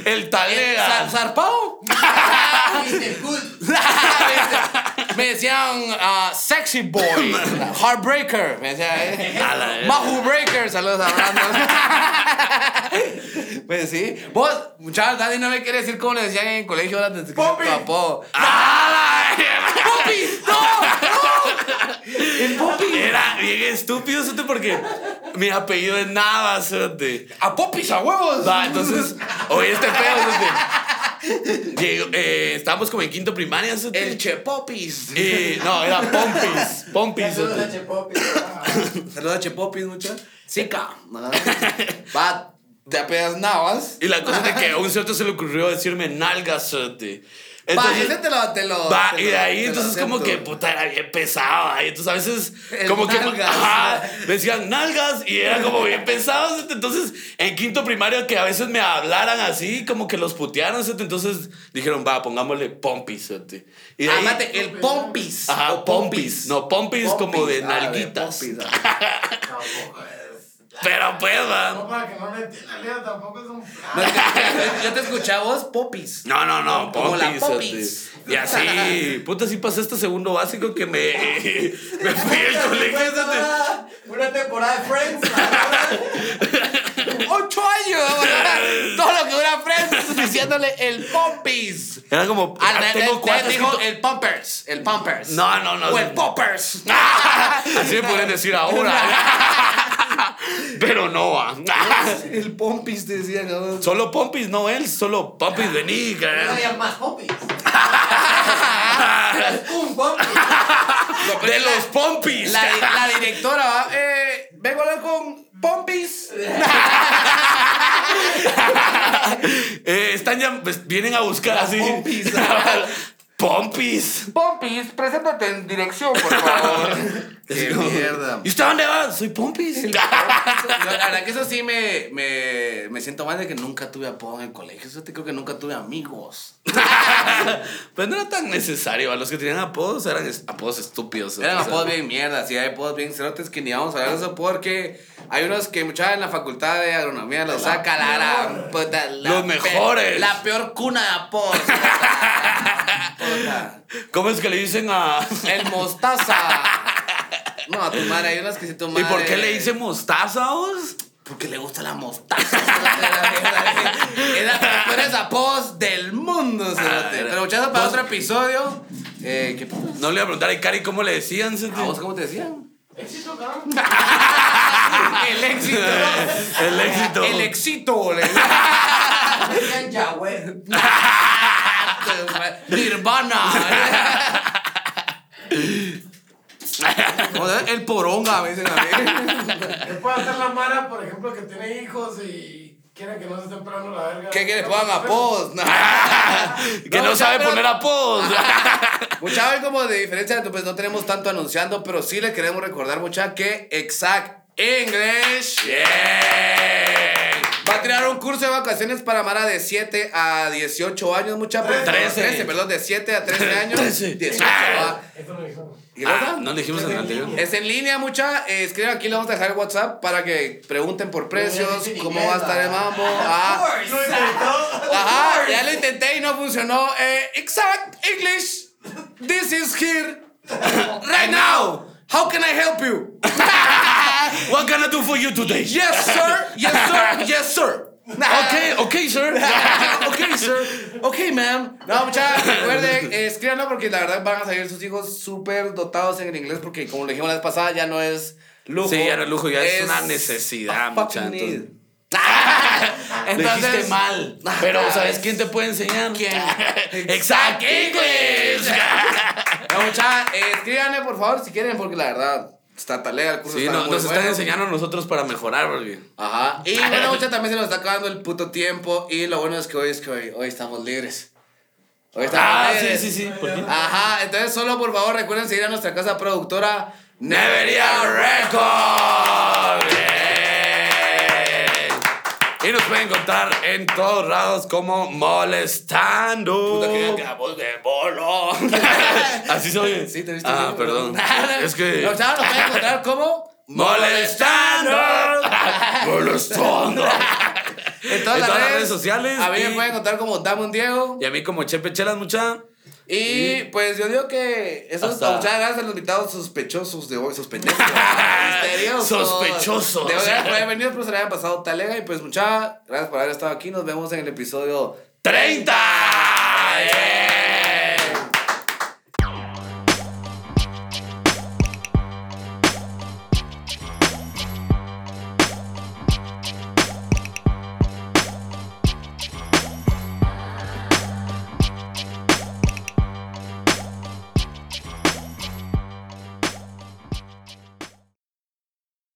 [SPEAKER 1] El
[SPEAKER 2] El
[SPEAKER 1] talea.
[SPEAKER 2] zar- zarpado. Ah.
[SPEAKER 4] Mr. Good.
[SPEAKER 2] me decían ah, sexy boy, heartbreaker. Me decían... eh.
[SPEAKER 1] A la-
[SPEAKER 2] Mahu Breaker, saludos a Brandon. pues sí. Vos, muchachos, Daddy no me quiere decir cómo le decían en el colegio antes de que
[SPEAKER 3] Popi.
[SPEAKER 2] tu apodo.
[SPEAKER 1] ¡A Ah, la-
[SPEAKER 2] ¡Popi! ¡No!
[SPEAKER 1] El Popi. Era bien estúpido, cerote, porque mi apellido es Nava, cerote.
[SPEAKER 2] ¡A popis, a huevos!
[SPEAKER 1] Va, entonces, oye, este pedo, cerote. Llegó- eh, estábamos como en quinto primaria, cerote.
[SPEAKER 2] El Che Popis.
[SPEAKER 1] Y- no, era Pompis. Pompis,
[SPEAKER 4] Saludos a
[SPEAKER 1] cerote.
[SPEAKER 4] Chepopi.
[SPEAKER 2] Ah, Saludos a Che Popis, muchachos. Sica. Va, te apedas navas.
[SPEAKER 1] Y la cosa es de que a un cierto se le ocurrió decirme nalgas, cerote.
[SPEAKER 2] Va,
[SPEAKER 1] Entonces-
[SPEAKER 2] ese te lo, te lo-
[SPEAKER 1] Va,
[SPEAKER 2] te
[SPEAKER 1] y de
[SPEAKER 2] lo-
[SPEAKER 1] ahí
[SPEAKER 2] te lo
[SPEAKER 1] entonces como que pues,
[SPEAKER 2] acepto.
[SPEAKER 1] puta era bien pesado. ahí, Entonces a veces
[SPEAKER 2] El
[SPEAKER 1] como que
[SPEAKER 2] nalgas.
[SPEAKER 1] ajá, decían nalgas y era como bien pesado. ¿sí? Entonces en quinto primario que a veces me hablaran así, como que los putearon. ¿sí? Entonces dijeron, va, pongámosle pompis. ¿sí? Y de
[SPEAKER 2] Ah,
[SPEAKER 1] ahí-
[SPEAKER 2] mate, el pompis. ah,
[SPEAKER 1] Ajá,
[SPEAKER 2] o
[SPEAKER 1] pompis. No, pompis, como de nalguitas.
[SPEAKER 2] ah.
[SPEAKER 3] Tampoco es.
[SPEAKER 1] Pero pues,
[SPEAKER 3] No,
[SPEAKER 1] va.
[SPEAKER 3] para que no me entienda, Leo, tampoco es un
[SPEAKER 2] No, es
[SPEAKER 3] plan.
[SPEAKER 2] que- yo te escuchaba vos, popis.
[SPEAKER 1] No, no, no,
[SPEAKER 2] Como la
[SPEAKER 1] pompis. ¿sí? Y así, puta, así pasé este segundo básico que me, me fui al colegio. ¿sí?
[SPEAKER 4] Ah, Una temporada de Friends. ¿verdad?
[SPEAKER 2] ¡Ocho años! Todo lo que dura Friends diciéndole el pompis.
[SPEAKER 1] Era como.
[SPEAKER 2] Al
[SPEAKER 1] ah,
[SPEAKER 2] al-
[SPEAKER 1] tengo
[SPEAKER 2] al-
[SPEAKER 1] cuatro.
[SPEAKER 2] dijo
[SPEAKER 1] escritos-
[SPEAKER 2] el Pumpers. El Pumpers.
[SPEAKER 1] No, no, no. Ah,
[SPEAKER 2] O el Poppers.
[SPEAKER 1] Así me pueden decir ahora. Pero no. ah.
[SPEAKER 2] El Pompis decía, ¿no?
[SPEAKER 1] Solo Pompis, no él. Solo
[SPEAKER 2] Ah.
[SPEAKER 1] Pompis, vení.
[SPEAKER 4] No
[SPEAKER 1] cara.
[SPEAKER 4] había más popis. Un popis.
[SPEAKER 1] De los Pompis.
[SPEAKER 2] La, la directora va, eh, vengo a hablar con Pompis.
[SPEAKER 1] Eh, están ya, pues, vienen a buscar así.
[SPEAKER 2] Pompis.
[SPEAKER 1] Pompis. Ah,
[SPEAKER 2] Pompis, preséntate en dirección, por favor. Qué mierda.
[SPEAKER 1] ¿Y usted dónde va? Soy Pompis.
[SPEAKER 2] Yo, la verdad que eso sí me, me, me siento mal de que nunca tuve apodo en el colegio. Eso te creo que nunca tuve amigos.
[SPEAKER 1] Pues no era tan necesario. A los que tenían apodos eran es- apodos estúpidos. O
[SPEAKER 2] Eran
[SPEAKER 1] sea,
[SPEAKER 2] apodos bien mierda, sí, hay apodos bien cerotes que ni vamos a hablar de eso porque hay unos que muchachos en la facultad de agronomía los saca la gran puta. la
[SPEAKER 1] Los
[SPEAKER 2] pe-
[SPEAKER 1] mejores.
[SPEAKER 2] La peor cuna de apodos. puta. Puta.
[SPEAKER 1] ¿Cómo es que le dicen a.?
[SPEAKER 2] El mostaza. No, tu madre, hay unos que sí tu
[SPEAKER 1] ¿Y
[SPEAKER 2] madre.
[SPEAKER 1] por qué le dicen mostazos?
[SPEAKER 2] Porque le gusta la mostaza. es la mejores apodos del mundo, cerote. Pero muchachos, para otro episodio. Eh, ¿Qué putas?
[SPEAKER 1] No le iba a preguntar a Cari cómo le decían. ¿sí?
[SPEAKER 2] ¿A Ah, vos cómo te decían?
[SPEAKER 3] Éxito, cabrón.
[SPEAKER 2] El éxito.
[SPEAKER 1] El éxito.
[SPEAKER 2] El éxito, le
[SPEAKER 4] Decían Yahweh.
[SPEAKER 2] Nirvana. O sea, el poronga, me dicen a mí.
[SPEAKER 3] ¿Qué puede hacer la Mara, por ejemplo, que tiene hijos y quiere que no se esté pelando la verga?
[SPEAKER 2] ¿Qué quiere? Pongan apodos. No.
[SPEAKER 1] que no,
[SPEAKER 2] No, o sea,
[SPEAKER 1] sabe
[SPEAKER 2] pero-
[SPEAKER 1] poner apodos.
[SPEAKER 2] Mucha hay como de diferencia, pues no tenemos tanto anunciando, pero sí le queremos recordar, mucha, que Exact English
[SPEAKER 1] Bien.
[SPEAKER 2] va a crear un curso de vacaciones para Mara de 7 a 18 años, mucha. pero-
[SPEAKER 1] Trece.
[SPEAKER 2] 13, perdón, de 7 a 13 años.
[SPEAKER 1] Trece.
[SPEAKER 2] 18
[SPEAKER 1] Ah.
[SPEAKER 2] va.
[SPEAKER 3] Eso lo dijo.
[SPEAKER 2] ¿Y la
[SPEAKER 1] Ah,
[SPEAKER 2] otra?
[SPEAKER 1] no le dijimos en el anterior.
[SPEAKER 2] Es en línea, mucha. Eh, escriban aquí, le vamos a dejar el WhatsApp para que pregunten por precios, cómo va a estar el mambo. Ah,
[SPEAKER 4] Of
[SPEAKER 3] Lo
[SPEAKER 4] course.
[SPEAKER 3] intentó.
[SPEAKER 2] ajá, ya lo intenté y no funcionó. Eh, exact English. This is here. Right now. How can I help you?
[SPEAKER 1] What can I do for you today?
[SPEAKER 2] Yes, sir. Yes, sir. Yes, sir.
[SPEAKER 1] Okay, okay, sir.
[SPEAKER 2] ok, sir. Ok, ma'am. No, muchachos, recuerden, eh, escríbanlo porque la verdad van a salir sus hijos súper dotados en el inglés porque, como lo dijimos la vez pasada, ya no es lujo.
[SPEAKER 1] Sí, ya no es lujo, ya es, una
[SPEAKER 2] a
[SPEAKER 1] necesidad,
[SPEAKER 2] fucking
[SPEAKER 1] muchachos.
[SPEAKER 2] need.
[SPEAKER 1] Entonces, lo dijiste mal. Pero, ¿sabes quién te puede enseñar?
[SPEAKER 2] ¿Quién?
[SPEAKER 1] Exact English.
[SPEAKER 2] No, mucha, eh, escríbanme, por favor, si quieren, porque la verdad, está talega el curso.
[SPEAKER 1] Sí,
[SPEAKER 2] está
[SPEAKER 1] no-
[SPEAKER 2] muy
[SPEAKER 1] nos están
[SPEAKER 2] bueno.
[SPEAKER 1] enseñando a nosotros para mejorar, porque.
[SPEAKER 2] Ajá. Y bueno, mucha también se nos está acabando el puto tiempo. Y lo bueno es que hoy es que hoy, hoy estamos libres. Hoy estamos
[SPEAKER 1] Ah, sí,
[SPEAKER 2] libres.
[SPEAKER 1] sí, sí. por fin.
[SPEAKER 2] Ajá, entonces solo por favor recuerden seguir a nuestra casa productora
[SPEAKER 1] Nevería Record. Bien. Y nos pueden encontrar en todos lados como molestando.
[SPEAKER 2] Puta, que la
[SPEAKER 1] voz de bolo. Así soy.
[SPEAKER 2] Sí, te viste
[SPEAKER 1] Ah,
[SPEAKER 2] bien,
[SPEAKER 1] perdón. es que.
[SPEAKER 2] Los chavos nos pueden encontrar como
[SPEAKER 1] Molestando. molestando.
[SPEAKER 2] En todas, las, redes,
[SPEAKER 1] sociales.
[SPEAKER 2] A mí me
[SPEAKER 1] y-
[SPEAKER 2] pueden encontrar como Damon Diego.
[SPEAKER 1] y a mí como Chepe Chelas, mucha.
[SPEAKER 2] Y, pues yo digo que eso es
[SPEAKER 1] Hasta-
[SPEAKER 2] todo. Muchas gracias a los invitados sospechosos de hoy. Sospechosos. misteriosos.
[SPEAKER 1] Sospechosos.
[SPEAKER 2] De hoy gracias por haber venido, pero se le haya pasado talega. Y pues muchas gracias por haber estado aquí. Nos vemos en el episodio
[SPEAKER 1] 30. ¡Eh!